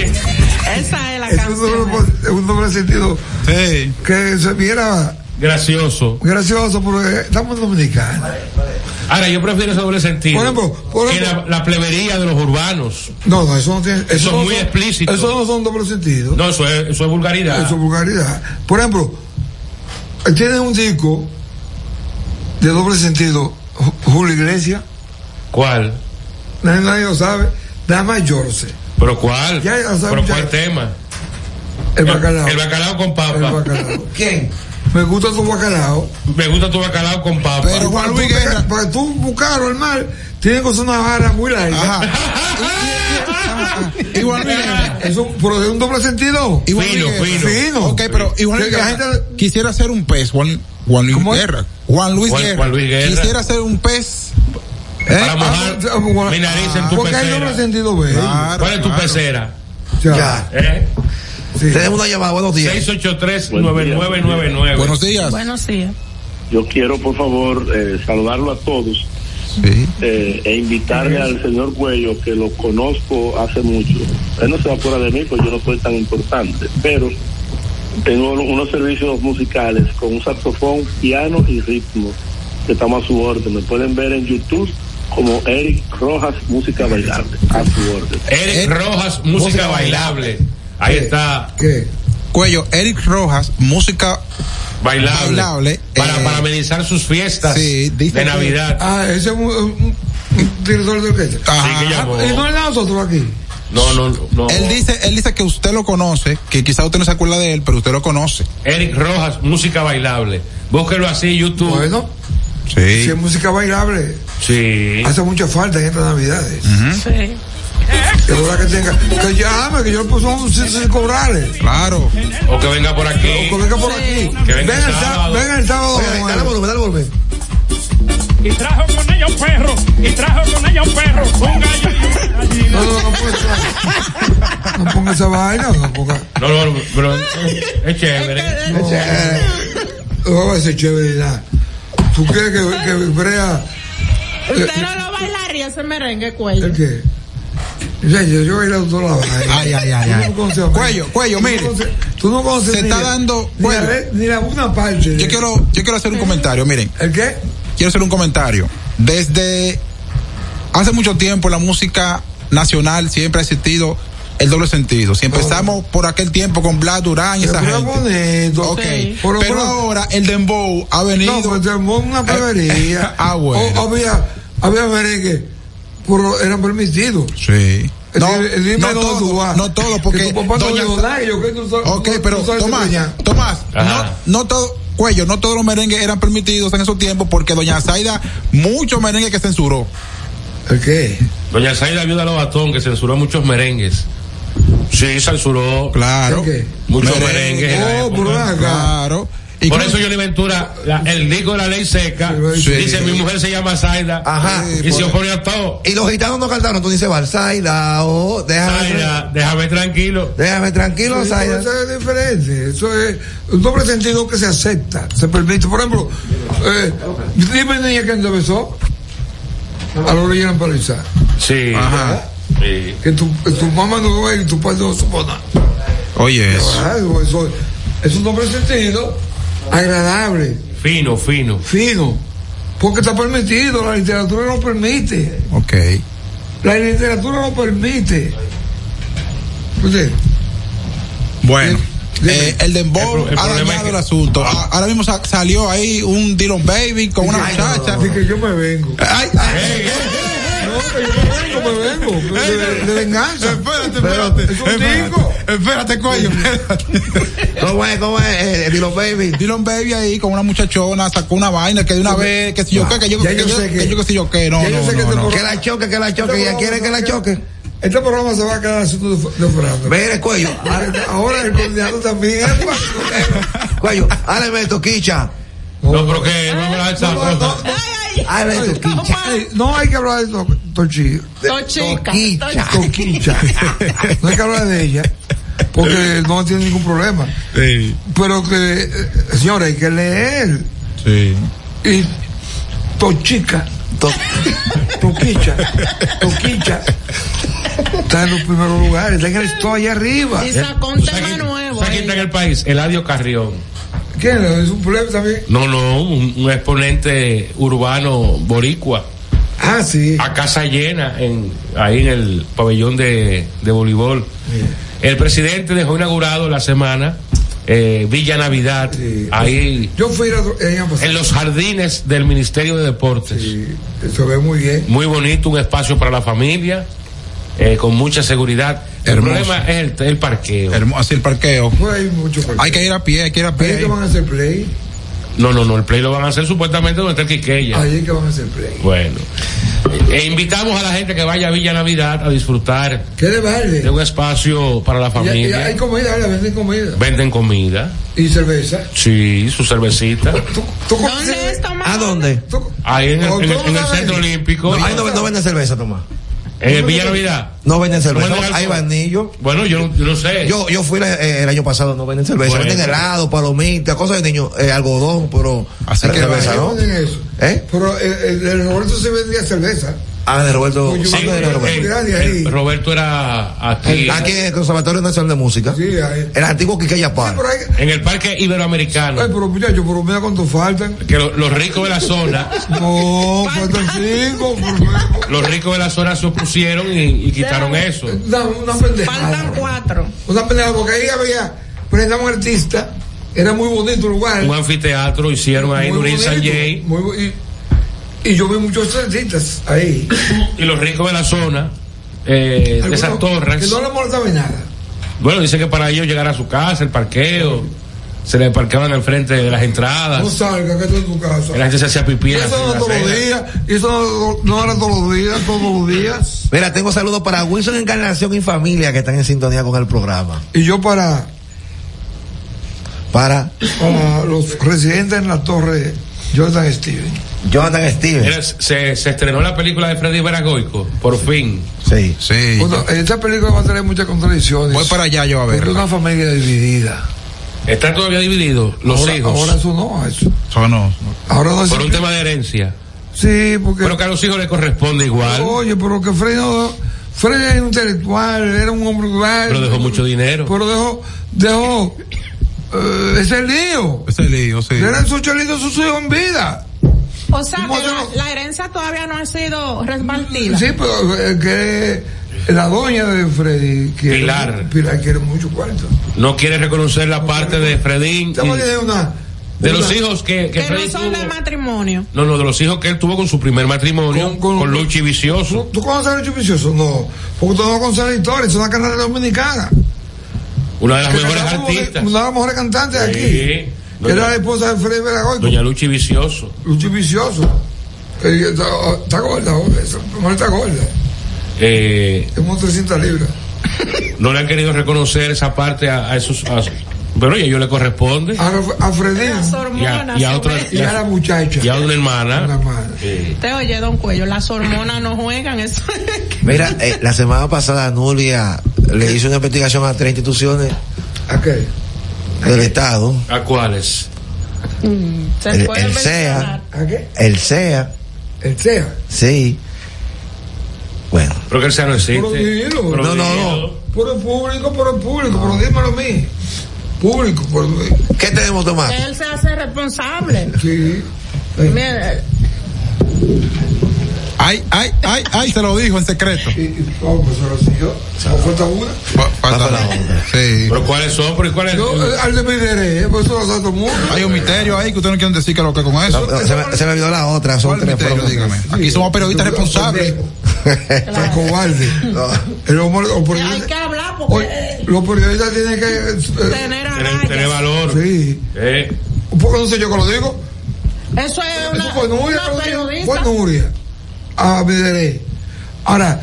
Speaker 6: Esa es la
Speaker 3: Es un
Speaker 6: canción. eh.
Speaker 3: doble, un doble sentido
Speaker 1: Ey.
Speaker 3: que se viera
Speaker 2: Gracioso.
Speaker 3: gracioso porque estamos dominicanos.
Speaker 2: Ahora, yo prefiero ese doble sentido
Speaker 3: Por ejemplo, por
Speaker 2: que la,
Speaker 3: ejemplo-
Speaker 2: la plebería de los urbanos.
Speaker 3: No, no, eso no tiene. Eso,
Speaker 2: Eso es
Speaker 3: no
Speaker 2: muy
Speaker 3: son-
Speaker 2: explícito.
Speaker 3: Eso no son doble sentido.
Speaker 2: No, eso es, eso es vulgaridad.
Speaker 3: Eso es vulgaridad. Por ejemplo, tiene un disco de doble sentido, Ju- Julio Iglesias.
Speaker 2: ¿Cuál?
Speaker 3: Nadie, nadie lo sabe. Nada más yo lo sé.
Speaker 2: ¿Pero cuál?
Speaker 3: Ya, ya saben,
Speaker 2: ¿Pero
Speaker 3: ya.
Speaker 2: cuál tema?
Speaker 3: El bacalao.
Speaker 2: El bacalao con papa.
Speaker 3: ¿Quién? Me gusta tu bacalao.
Speaker 2: Me gusta tu bacalao con papa.
Speaker 3: Pero para tú, peca- para tú buscarlo el mar, tiene que ser una vara muy larga.
Speaker 1: Igual Viguera.
Speaker 3: Eso, pero de un doble sentido.
Speaker 1: Igual Viguera. Ok, pero igual
Speaker 3: Que la
Speaker 1: Viguera
Speaker 3: gente
Speaker 1: quisiera ser un pez, Juan, Juan Luis Guerra. Juan Luis
Speaker 2: Juan-
Speaker 1: Guerra.
Speaker 2: Juan Luis Guerra.
Speaker 1: Quisiera ser un pez.
Speaker 3: ¿Eh?
Speaker 2: Para
Speaker 3: Ah,
Speaker 2: mojar mi nariz en tu
Speaker 3: Porque hay
Speaker 2: pecera.
Speaker 3: doble sentido, ve.
Speaker 1: Claro,
Speaker 2: ¿Cuál es tu
Speaker 1: claro.
Speaker 2: pecera?
Speaker 3: Ya.
Speaker 2: ¿Eh?
Speaker 4: Tenemos una llamada, buenos días.
Speaker 2: 683-9999.
Speaker 6: Buenos días.
Speaker 15: Yo quiero, por favor, eh, saludarlo a todos eh, e invitarle al señor Cuello, que lo conozco hace mucho. Él no se va fuera de mí, pues yo no soy tan importante, pero tengo unos servicios musicales con un saxofón, piano y ritmo, que estamos a su orden. Me pueden ver en YouTube como Eric Rojas Música Bailable, a su orden.
Speaker 2: Eric Rojas, música, bailable. Ahí está.
Speaker 1: Cuello, Eric Rojas, música
Speaker 2: Bailable.
Speaker 1: bailable,
Speaker 2: Para,
Speaker 1: eh,
Speaker 2: para amenizar sus fiestas
Speaker 1: sí, dice que-
Speaker 2: de Navidad.
Speaker 3: Ah, ese es un, un- un director de orquesta.
Speaker 2: Sí, que llamó.
Speaker 3: Ah, Y no es nosotros aquí.
Speaker 2: No, no, no.
Speaker 1: Él dice, él dice que usted lo conoce, que quizá usted no se acuerda de él, pero usted lo conoce.
Speaker 2: Eric Rojas, música bailable. Búsquelo así en YouTube.
Speaker 3: Bueno.
Speaker 1: Sí.
Speaker 3: Si es música bailable,
Speaker 2: Sí.
Speaker 3: hace mucha falta en estas navidades.
Speaker 6: Sí.
Speaker 3: Que ahora que tenga. Que llame, que yo le puse un sin sin cobrarle.
Speaker 1: Claro.
Speaker 2: O que venga por aquí.
Speaker 3: O que venga por aquí.
Speaker 2: Que venga
Speaker 3: Venga
Speaker 2: el
Speaker 3: el sábado.
Speaker 2: sábado.
Speaker 3: Venga el sábado. Dale volumen, dale volumen.
Speaker 14: Y trajo con ella un perro, y trajo con ella un perro, un gallo y una gallina.
Speaker 3: No, no, no puede ser. No ponga esa vaina, no ponga.
Speaker 2: No, no, no, pero eh, es chévere.
Speaker 3: No, no va a ser chévere nada. ¿Tú quieres que, que Brea.
Speaker 6: Usted no lo bailaría ese merengue cuello.
Speaker 3: ¿El qué? Yo, yo, yo he ido a todos lados.
Speaker 1: Ay, ay, ay, ay. Cuello, cuello, mire.
Speaker 3: Tú no conoces.
Speaker 1: Se
Speaker 3: ni
Speaker 1: está
Speaker 3: la-
Speaker 1: dando-
Speaker 3: Ni la,
Speaker 1: cuello.
Speaker 3: red, ni la una parte.
Speaker 1: Yo quiero, yo quiero hacer un comentario, miren.
Speaker 3: ¿El qué?
Speaker 1: Quiero hacer un comentario. Desde hace mucho tiempo la música nacional siempre ha existido el doble sentido. Si empezamos por aquel tiempo con Blas Durán y esa
Speaker 3: Oh. Pero
Speaker 1: gente.
Speaker 3: bonito.
Speaker 1: Ok.
Speaker 3: Sí.
Speaker 1: Pero,
Speaker 3: Pero-
Speaker 1: ahora el dembow ha venido.
Speaker 3: No, pues te armó una
Speaker 1: Eh,
Speaker 3: pavería.
Speaker 1: ah, bueno.
Speaker 3: había, había merengue, pero eran permitidos.
Speaker 1: Sí. No,
Speaker 3: No, dime
Speaker 1: no
Speaker 3: dónde tú
Speaker 1: todo,
Speaker 3: vas.
Speaker 1: no todo,
Speaker 3: Que
Speaker 1: porque
Speaker 3: tu papá no
Speaker 1: doña
Speaker 3: dijo
Speaker 1: Sa-
Speaker 3: nada, yo que tú sabes-
Speaker 1: Ok,
Speaker 3: tú- tú
Speaker 1: pero
Speaker 3: sabes
Speaker 1: Tomás,
Speaker 3: enseñar.
Speaker 1: Tomás, no,
Speaker 2: Ajá.
Speaker 1: no todo, cuello, no todos los merengues eran permitidos en esos tiempos porque doña Zaida muchos merengues que censuró.
Speaker 3: ¿El qué?
Speaker 2: Doña Zaida Viuda Lobatón, que censuró muchos merengues. Sí, censuró
Speaker 1: Claro.
Speaker 3: ¿El qué?
Speaker 2: muchos
Speaker 1: Merengue.
Speaker 2: merengues. en la
Speaker 3: Oh,
Speaker 2: época.
Speaker 3: pero acá.
Speaker 1: Claro. Y
Speaker 2: Por
Speaker 1: creo-
Speaker 2: eso Johnny Ventura, la- el disco de la ley seca,
Speaker 1: Sí.
Speaker 2: dice mi mujer se llama Zaida.
Speaker 4: Ajá.
Speaker 2: Y se opone a todo.
Speaker 4: Y los gitanos no cantaron, tú dices, Balsaida, oh, déjame,
Speaker 2: Zaida, déjame tranquilo.
Speaker 4: déjame tranquilo,
Speaker 3: Sí, pero
Speaker 4: Zaida.
Speaker 3: Eso es diferente. Eso es un doble sentido que se acepta, se permite. Por ejemplo, eh, dime niña que empezó a la orilla de paralizar.
Speaker 2: Sí.
Speaker 1: Ajá.
Speaker 2: Sí.
Speaker 3: Que tu, que tu mamá no ve y tu padre no supo nada.
Speaker 1: Oye, eso.
Speaker 3: Ah, digo, eso es un doble sentido agradable,
Speaker 2: Fino, fino.
Speaker 3: fino, porque está permitido, la literatura no permite.
Speaker 1: Ok.
Speaker 3: La literatura no permite. ¿Usted?
Speaker 1: Bueno. eh, el dembow
Speaker 2: El pro- el
Speaker 1: ha
Speaker 2: problema es
Speaker 1: dañado
Speaker 2: que-
Speaker 1: el asunto. A- Ahora mismo sa- salió ahí un Dylan Baby con una
Speaker 4: Ay, no,
Speaker 1: muchacha.
Speaker 3: Así que yo me vengo.
Speaker 1: Ay, ay,
Speaker 3: No, que yo me vengo, me vengo. De, de- de venganza.
Speaker 1: espérate,
Speaker 4: Pero-
Speaker 1: espérate.
Speaker 3: Es un
Speaker 1: Espérate,
Speaker 3: disco.
Speaker 1: espérate, cuello. espérate.
Speaker 4: ¿Cómo es, cómo es? Eh, eh, Dilo, baby.
Speaker 1: Dylan Baby ahí con una muchachona sacó una vaina que de una vez, que si yo qué, que yo
Speaker 3: Ah, Ya
Speaker 1: que
Speaker 3: yo
Speaker 1: yo
Speaker 3: sé que-
Speaker 1: que yo que si yo qué, no,
Speaker 3: ya yo
Speaker 1: no,
Speaker 3: sé que
Speaker 1: no,
Speaker 3: te
Speaker 1: no.
Speaker 4: Que la choque, que la choque, ella quiere que la choque.
Speaker 3: Este programa se va a quedar asunto de, de Fernando.
Speaker 4: Mire, cuello.
Speaker 3: Ahora- Ahora el coordinador también es para-
Speaker 4: Cuello, ale meto quicha.
Speaker 2: No, pero que no me la alza.
Speaker 3: No, no, no.
Speaker 6: Ay, ay.
Speaker 4: Ale meto quicha.
Speaker 3: Ey, No hay que hablar de to, Tochi-
Speaker 6: Tochica.
Speaker 4: Toquicha.
Speaker 3: Toquicha. No hay que hablar de ella. Porque no tiene ningún problema.
Speaker 1: Sí,
Speaker 3: Pero que, eh, señores, hay que leer.
Speaker 1: sí.
Speaker 3: Y Tochica. Toquicha. Toquicha. Está en los primeros lugares. Está en el esto allá arriba.
Speaker 6: Y sacó un
Speaker 2: ¿Sabes
Speaker 6: tema
Speaker 2: quién-
Speaker 6: nuevo.
Speaker 2: sabes quién
Speaker 6: ahí.
Speaker 2: está en el país? Eladio Carrión.
Speaker 3: ¿Qué? ¿Es un problema también?
Speaker 2: No, no, un, un exponente urbano boricua.
Speaker 3: Ah, sí.
Speaker 2: A casa llena, en, ahí en el pabellón de, de voleibol. El presidente dejó inaugurado la semana eh, Villa Navidad, ahí
Speaker 3: Yo fui el otro- el año pasado.
Speaker 2: en los jardines del Ministerio de Deportes.
Speaker 3: Se ve muy bien.
Speaker 2: Muy bonito, un espacio para la familia, eh, con mucha seguridad.
Speaker 1: Hermoso.
Speaker 2: El problema es el, el parqueo.
Speaker 1: Así el parqueo.
Speaker 3: No Pues hay mucho problema.
Speaker 1: Hay que ir a pie, hay que ir a
Speaker 3: Ahí es que
Speaker 1: pie.
Speaker 3: van a hacer play.
Speaker 2: No, no, no, el play lo van a hacer supuestamente donde está el Quiqueya.
Speaker 3: Ahí es que van a hacer play.
Speaker 2: Bueno. E invitamos a la gente que vaya a Villa Navidad a disfrutar de un espacio para la
Speaker 3: Y- y
Speaker 2: familia.
Speaker 3: hay comida, ahora venden comida.
Speaker 2: Venden comida.
Speaker 3: Y cerveza.
Speaker 2: Sí, su cervecita.
Speaker 3: ¿Dónde
Speaker 6: es Tomás?
Speaker 4: ¿A dónde?
Speaker 2: Ahí en el,
Speaker 4: ¿Cómo
Speaker 2: en el-
Speaker 4: vas
Speaker 2: en el
Speaker 4: a ver?
Speaker 2: Centro Olímpico.
Speaker 4: No, ahí no, no venden cerveza, Tomás.
Speaker 2: En el Villa Navidad.
Speaker 4: No venden cerveza.
Speaker 2: No venden
Speaker 4: hay
Speaker 2: alcohol.
Speaker 4: vanillo.
Speaker 2: Bueno, yo, no- yo no sé.
Speaker 4: Yo, yo fui la- eh, el año pasado, no venden cerveza.
Speaker 2: Bueno.
Speaker 4: Venden helado, palomitas, cosas de niño, eh, algodón, pero.
Speaker 1: Así
Speaker 4: pero
Speaker 1: que
Speaker 4: cerveza,
Speaker 1: vaya,
Speaker 4: ¿no?
Speaker 3: venden eso.
Speaker 4: ¿Eh?
Speaker 3: Pero el, el- el Roberto se vendía cerveza.
Speaker 4: Ah, de Roberto.
Speaker 3: Pues yo-
Speaker 4: sí,
Speaker 3: Sí,
Speaker 4: de
Speaker 3: eh,
Speaker 4: Roberto.
Speaker 3: Gracias, ahí.
Speaker 2: Roberto era aquí.
Speaker 4: El- Aquí en el Conservatorio Nacional de Música. El antiguo Quiqueya Park.
Speaker 2: En el Parque Iberoamericano.
Speaker 3: Ay, pero muchachos, pero mira cuánto faltan.
Speaker 2: Que lo- los ricos de la zona,
Speaker 3: No, faltan cinco. por-
Speaker 2: los ricos de la zona se opusieron y, y quitaron eso.
Speaker 3: Una, una pendejada.
Speaker 6: Faltan cuatro.
Speaker 3: Una pendejada, porque ahí había, presentamos artistas. Era muy bonito el lugar.
Speaker 2: Un anfiteatro hicieron ahí
Speaker 3: Muy
Speaker 2: Durín San
Speaker 3: bonito,
Speaker 2: Jay.
Speaker 3: muy bo- y, y yo vi muchos artistas ahí.
Speaker 2: y los ricos de la zona, eh, de esas
Speaker 3: Algunos Que
Speaker 2: torres.
Speaker 3: no le molestaba nada.
Speaker 2: Bueno, dice que para ellos llegar a su casa, el parqueo, se le parqueaban al frente de las
Speaker 3: No
Speaker 2: entradas,
Speaker 3: salga, que esto es tu casa.
Speaker 2: la gente se hacía pipí. en la-
Speaker 3: Eso no
Speaker 2: en la
Speaker 3: todos los
Speaker 2: acera.
Speaker 3: días. Eso no, no era todos los días, todos los días.
Speaker 4: Mira, tengo saludos para Wilson Encarnación y familia que están en sintonía con el programa.
Speaker 3: Y yo para.
Speaker 4: Para.
Speaker 3: Para los residentes en la torre, Jordan Steven.
Speaker 4: Jonathan
Speaker 2: Mira, se, se estrenó la película de Freddy Veragoico, por fin.
Speaker 4: Sí.
Speaker 1: Sí.
Speaker 3: Bueno, esta película va a tener muchas contradicciones.
Speaker 1: Voy para allá yo a
Speaker 3: Porque
Speaker 1: verla.
Speaker 3: una familia dividida.
Speaker 2: Está todavía dividido, los
Speaker 3: ahora,
Speaker 2: hijos.
Speaker 3: Ahora eso no, eso.
Speaker 1: Eso no.
Speaker 3: Ahora no
Speaker 2: por
Speaker 3: se-
Speaker 2: un tema de herencia.
Speaker 3: Sí, porque.
Speaker 2: Pero que a los hijos les corresponde igual.
Speaker 3: Oye, pero que Frey no. Frey era intelectual, era un hombre rural.
Speaker 2: Pero dejó mucho dinero.
Speaker 3: Pero dejó. dejó eh, ese lío.
Speaker 1: Ese lío, sí.
Speaker 3: Le eran sus chelitos sus hijos en vida.
Speaker 6: O sea, que la, la herencia todavía no ha sido repartida.
Speaker 3: Sí, pero eh, que la doña de Freddy. Quiere,
Speaker 2: Pilar.
Speaker 3: Pilar quiere mucho cuarto.
Speaker 2: No quiere reconocer la parte de Fredín. y-
Speaker 3: Estamos de una.
Speaker 2: de los
Speaker 3: una-
Speaker 2: hijos que, que
Speaker 6: que no
Speaker 2: Freddy
Speaker 6: son del matrimonio.
Speaker 2: No, no, de los hijos que él tuvo con su primer matrimonio, con, Luchi Vicioso.
Speaker 3: ¿Tú conoces a Lucho Vicioso? No. Porque tú no conoces la historia, es una carrera dominicana.
Speaker 2: Una de las
Speaker 3: Que
Speaker 2: mejores
Speaker 3: era una de-
Speaker 2: artistas.
Speaker 3: Una de las mejores cantantes de aquí.
Speaker 2: Sí.
Speaker 3: Que era
Speaker 2: Doña-
Speaker 3: la esposa de Freddy Veragoy.
Speaker 2: Doña Luchi Vicioso.
Speaker 3: Lucho Vicioso. Que Está, oh, está gorda, joder, esa mujer está gorda.
Speaker 2: Eh,
Speaker 3: Es como 300 libras.
Speaker 2: no le han querido reconocer esa parte a, a esos. a- pero oye, yo le corresponde.
Speaker 3: A, a Freddy.
Speaker 2: Y a, y a otra.
Speaker 3: Ah, Y a la muchacha.
Speaker 2: y a una hermana. Eh,
Speaker 6: Te oye, don Cuello, las hormonas no juegan. Eso
Speaker 4: Mira, eh, la semana pasada Nuria le hizo una investigación a tres instituciones
Speaker 3: ¿A qué?
Speaker 4: del Estado.
Speaker 2: ¿A cuáles?
Speaker 4: El,
Speaker 6: puede
Speaker 4: el
Speaker 6: mencionar.
Speaker 4: CEA.
Speaker 3: ¿A qué?
Speaker 4: El CEA.
Speaker 3: El CEA.
Speaker 4: Sí. Bueno.
Speaker 2: Pero que el sea no
Speaker 3: Pero
Speaker 2: existe.
Speaker 3: dilo.
Speaker 2: Pero
Speaker 4: No, no,
Speaker 2: dilo.
Speaker 3: Por el público, por el público, pero dímelo a mí. Público, por el
Speaker 4: ¿Qué tenemos, Tomás?
Speaker 6: Él se hace responsable.
Speaker 3: Sí.
Speaker 6: Mira,
Speaker 1: Ay, ay, ay, ay, se lo dijo en secreto.
Speaker 3: Y, y, oh, pues ahora sí yo. ¿Me falta una?
Speaker 1: Fa- Falta
Speaker 4: la otra.
Speaker 1: Sí.
Speaker 2: Pero cuáles son, pero cuáles
Speaker 3: Yo, eh, al de mi derecho, pues eso lo sabe todo el mundo.
Speaker 1: Hay un misterio ahí que ustedes no quieren decir que lo que con eso.
Speaker 4: No, se, me, se me olvidó la otra. Son
Speaker 1: ¿Cuál
Speaker 4: tres.
Speaker 1: misterio?
Speaker 4: fueron-
Speaker 1: Dígame. Aquí somos periodistas responsables.
Speaker 3: Tan cobarde.
Speaker 4: No.
Speaker 3: El hombre- los
Speaker 6: hay
Speaker 3: periodistas,
Speaker 6: que hablar porque
Speaker 3: oye, los periodistas tienen que. eh,
Speaker 6: tener
Speaker 2: Tener, tener
Speaker 6: agallas.
Speaker 2: valor.
Speaker 3: sí.
Speaker 2: Eh,
Speaker 3: ¿Por qué no sé yo que lo digo?
Speaker 6: Eso es
Speaker 3: Eso
Speaker 6: una,
Speaker 3: fue Nuria.
Speaker 6: una
Speaker 3: que lo dijo. Fue
Speaker 6: periodista.
Speaker 3: Nuria. A mi derecha. Ahora,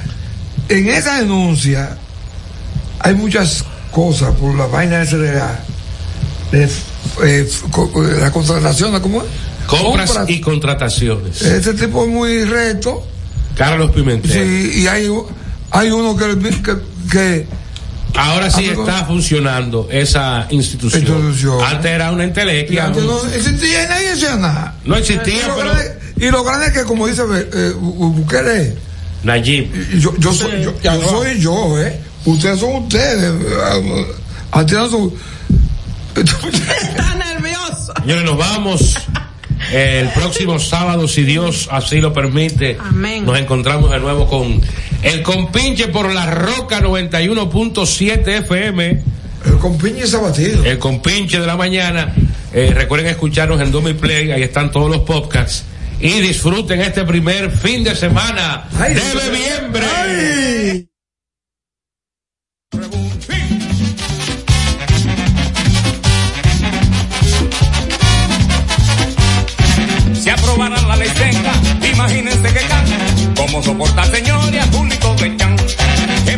Speaker 3: en esa denuncia hay muchas cosas por la vaina de SLA. De, eh, co- eh, la contratación, ¿cómo es?
Speaker 2: compras y contrataciones.
Speaker 3: Este tipo es muy recto.
Speaker 2: Carlos Pimentel.
Speaker 3: Sí, y hay, hay uno que, que, que- Ah,
Speaker 2: Ahora sí
Speaker 3: Amigo.
Speaker 2: está funcionando esa institución.
Speaker 3: Institución.
Speaker 2: Antes era una entelequia.
Speaker 3: que antes no existía y nadie decía nada.
Speaker 2: No existía,
Speaker 3: y lo,
Speaker 2: pero-
Speaker 3: grande, y lo grande es que, como dice eh, Bu- Bukele,
Speaker 2: Nayib.
Speaker 3: y yo, yo soy yo, yo soy yo, ¿eh? Ustedes ah, son ustedes. eh, Atiendan su.
Speaker 6: Está nervioso.
Speaker 2: casa. Señores, nos vamos. El próximo sábado, si Dios así lo permite,
Speaker 6: Amén.
Speaker 2: nos encontramos de nuevo con el compinche por la Roca 91.7 FM.
Speaker 3: El compinche sabatido.
Speaker 2: El compinche de la mañana. Eh, recuerden escucharnos en Domi Play, ahí están todos los podcasts. Y disfruten este primer fin de semana de noviembre.
Speaker 14: Si aprobaran la ley seca, imagínense que can. ¿Cómo soporta, señores, a público de chan? ¿Qué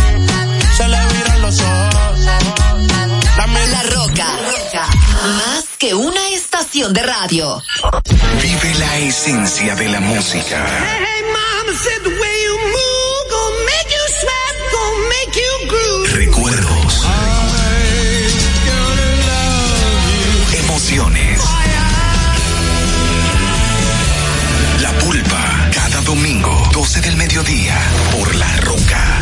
Speaker 16: se le viran los ojos.
Speaker 17: La Roca, más que una estación de radio.
Speaker 10: Vive la esencia de la música.
Speaker 7: Hey, mama said the way you move gonna make you sweat, gonna make you groove.
Speaker 10: Recuerdos. Emociones. La pulpa. Cada domingo, 12 del mediodía. Por La Roca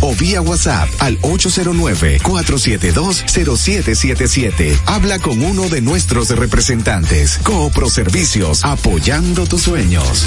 Speaker 18: o vía WhatsApp al 809-472-0777. Habla con uno de nuestros representantes. Coopro Servicios, apoyando tus sueños.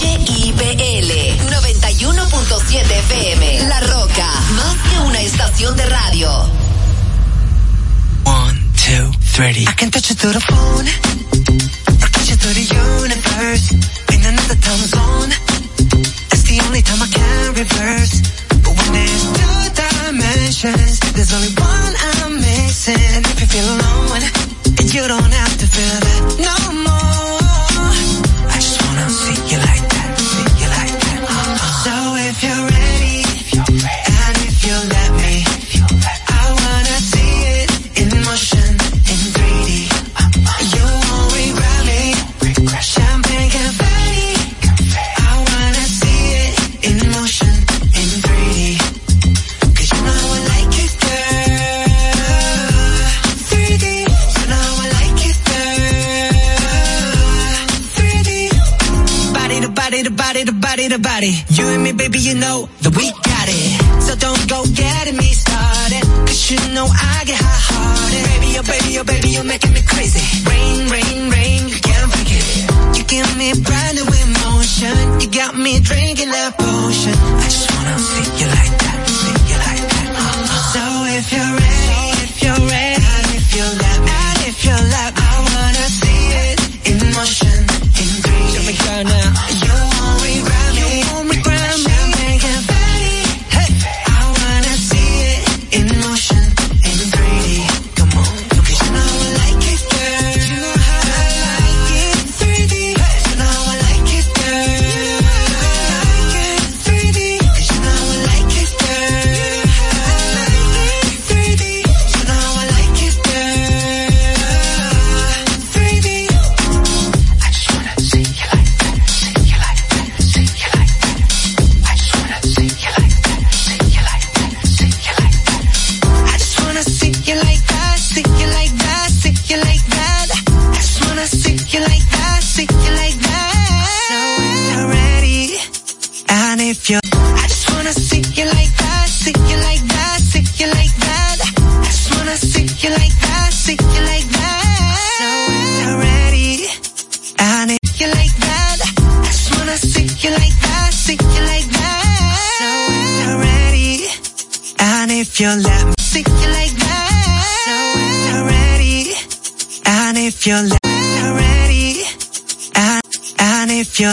Speaker 17: HIPL 91.7 FM. La Roca, más que una estación de radio.
Speaker 7: One, two, three. I can touch you through the phone. Or touch you through the universe. In another time zone. That's the only time I can reverse. But when there's two dimensions, there's only one I'm missing. And if you feel alone, and you don't have to feel that no more. I just wanna see you like that, see you like that. So if you're ready, and if you let me, I wanna see it in motion in 3D. You won't regret me. Champagne confetti. I wanna see it in motion in 3D. 'Cause you know I like it, girl. 3D. You know I like it, girl. 3D. Body to body to body to body to body. You and me, baby, you know that we got it. So don't go getting me started. Cause you know I get hot hearted. Baby, oh baby, oh baby, you're making me crazy. Rain, rain, rain, you can't fake it. You give me brand new emotion. You got me drinking that potion. I just wanna see you like that, see you like that. So if you're ready, if you're ready, and if you love me, and if you love me, I wanna see it in motion. Show me girl now. You won't regret me. You won't regret me. Champagne confetti. Hey, I wanna see it in motion, in 3D. Come on, cause you know I like it, girl. You know how I like it, 3D. You know I like it, girl. You know I like it, with you. I just wanna see you like that, see you like that, see you like that. I just wanna see you like that, see you like that. So when you're ready, I need you like that. I just wanna see you like that, see you like that. So when you're ready, and if you let me see you like that. So when you're ready, and if you let me ready, and and if you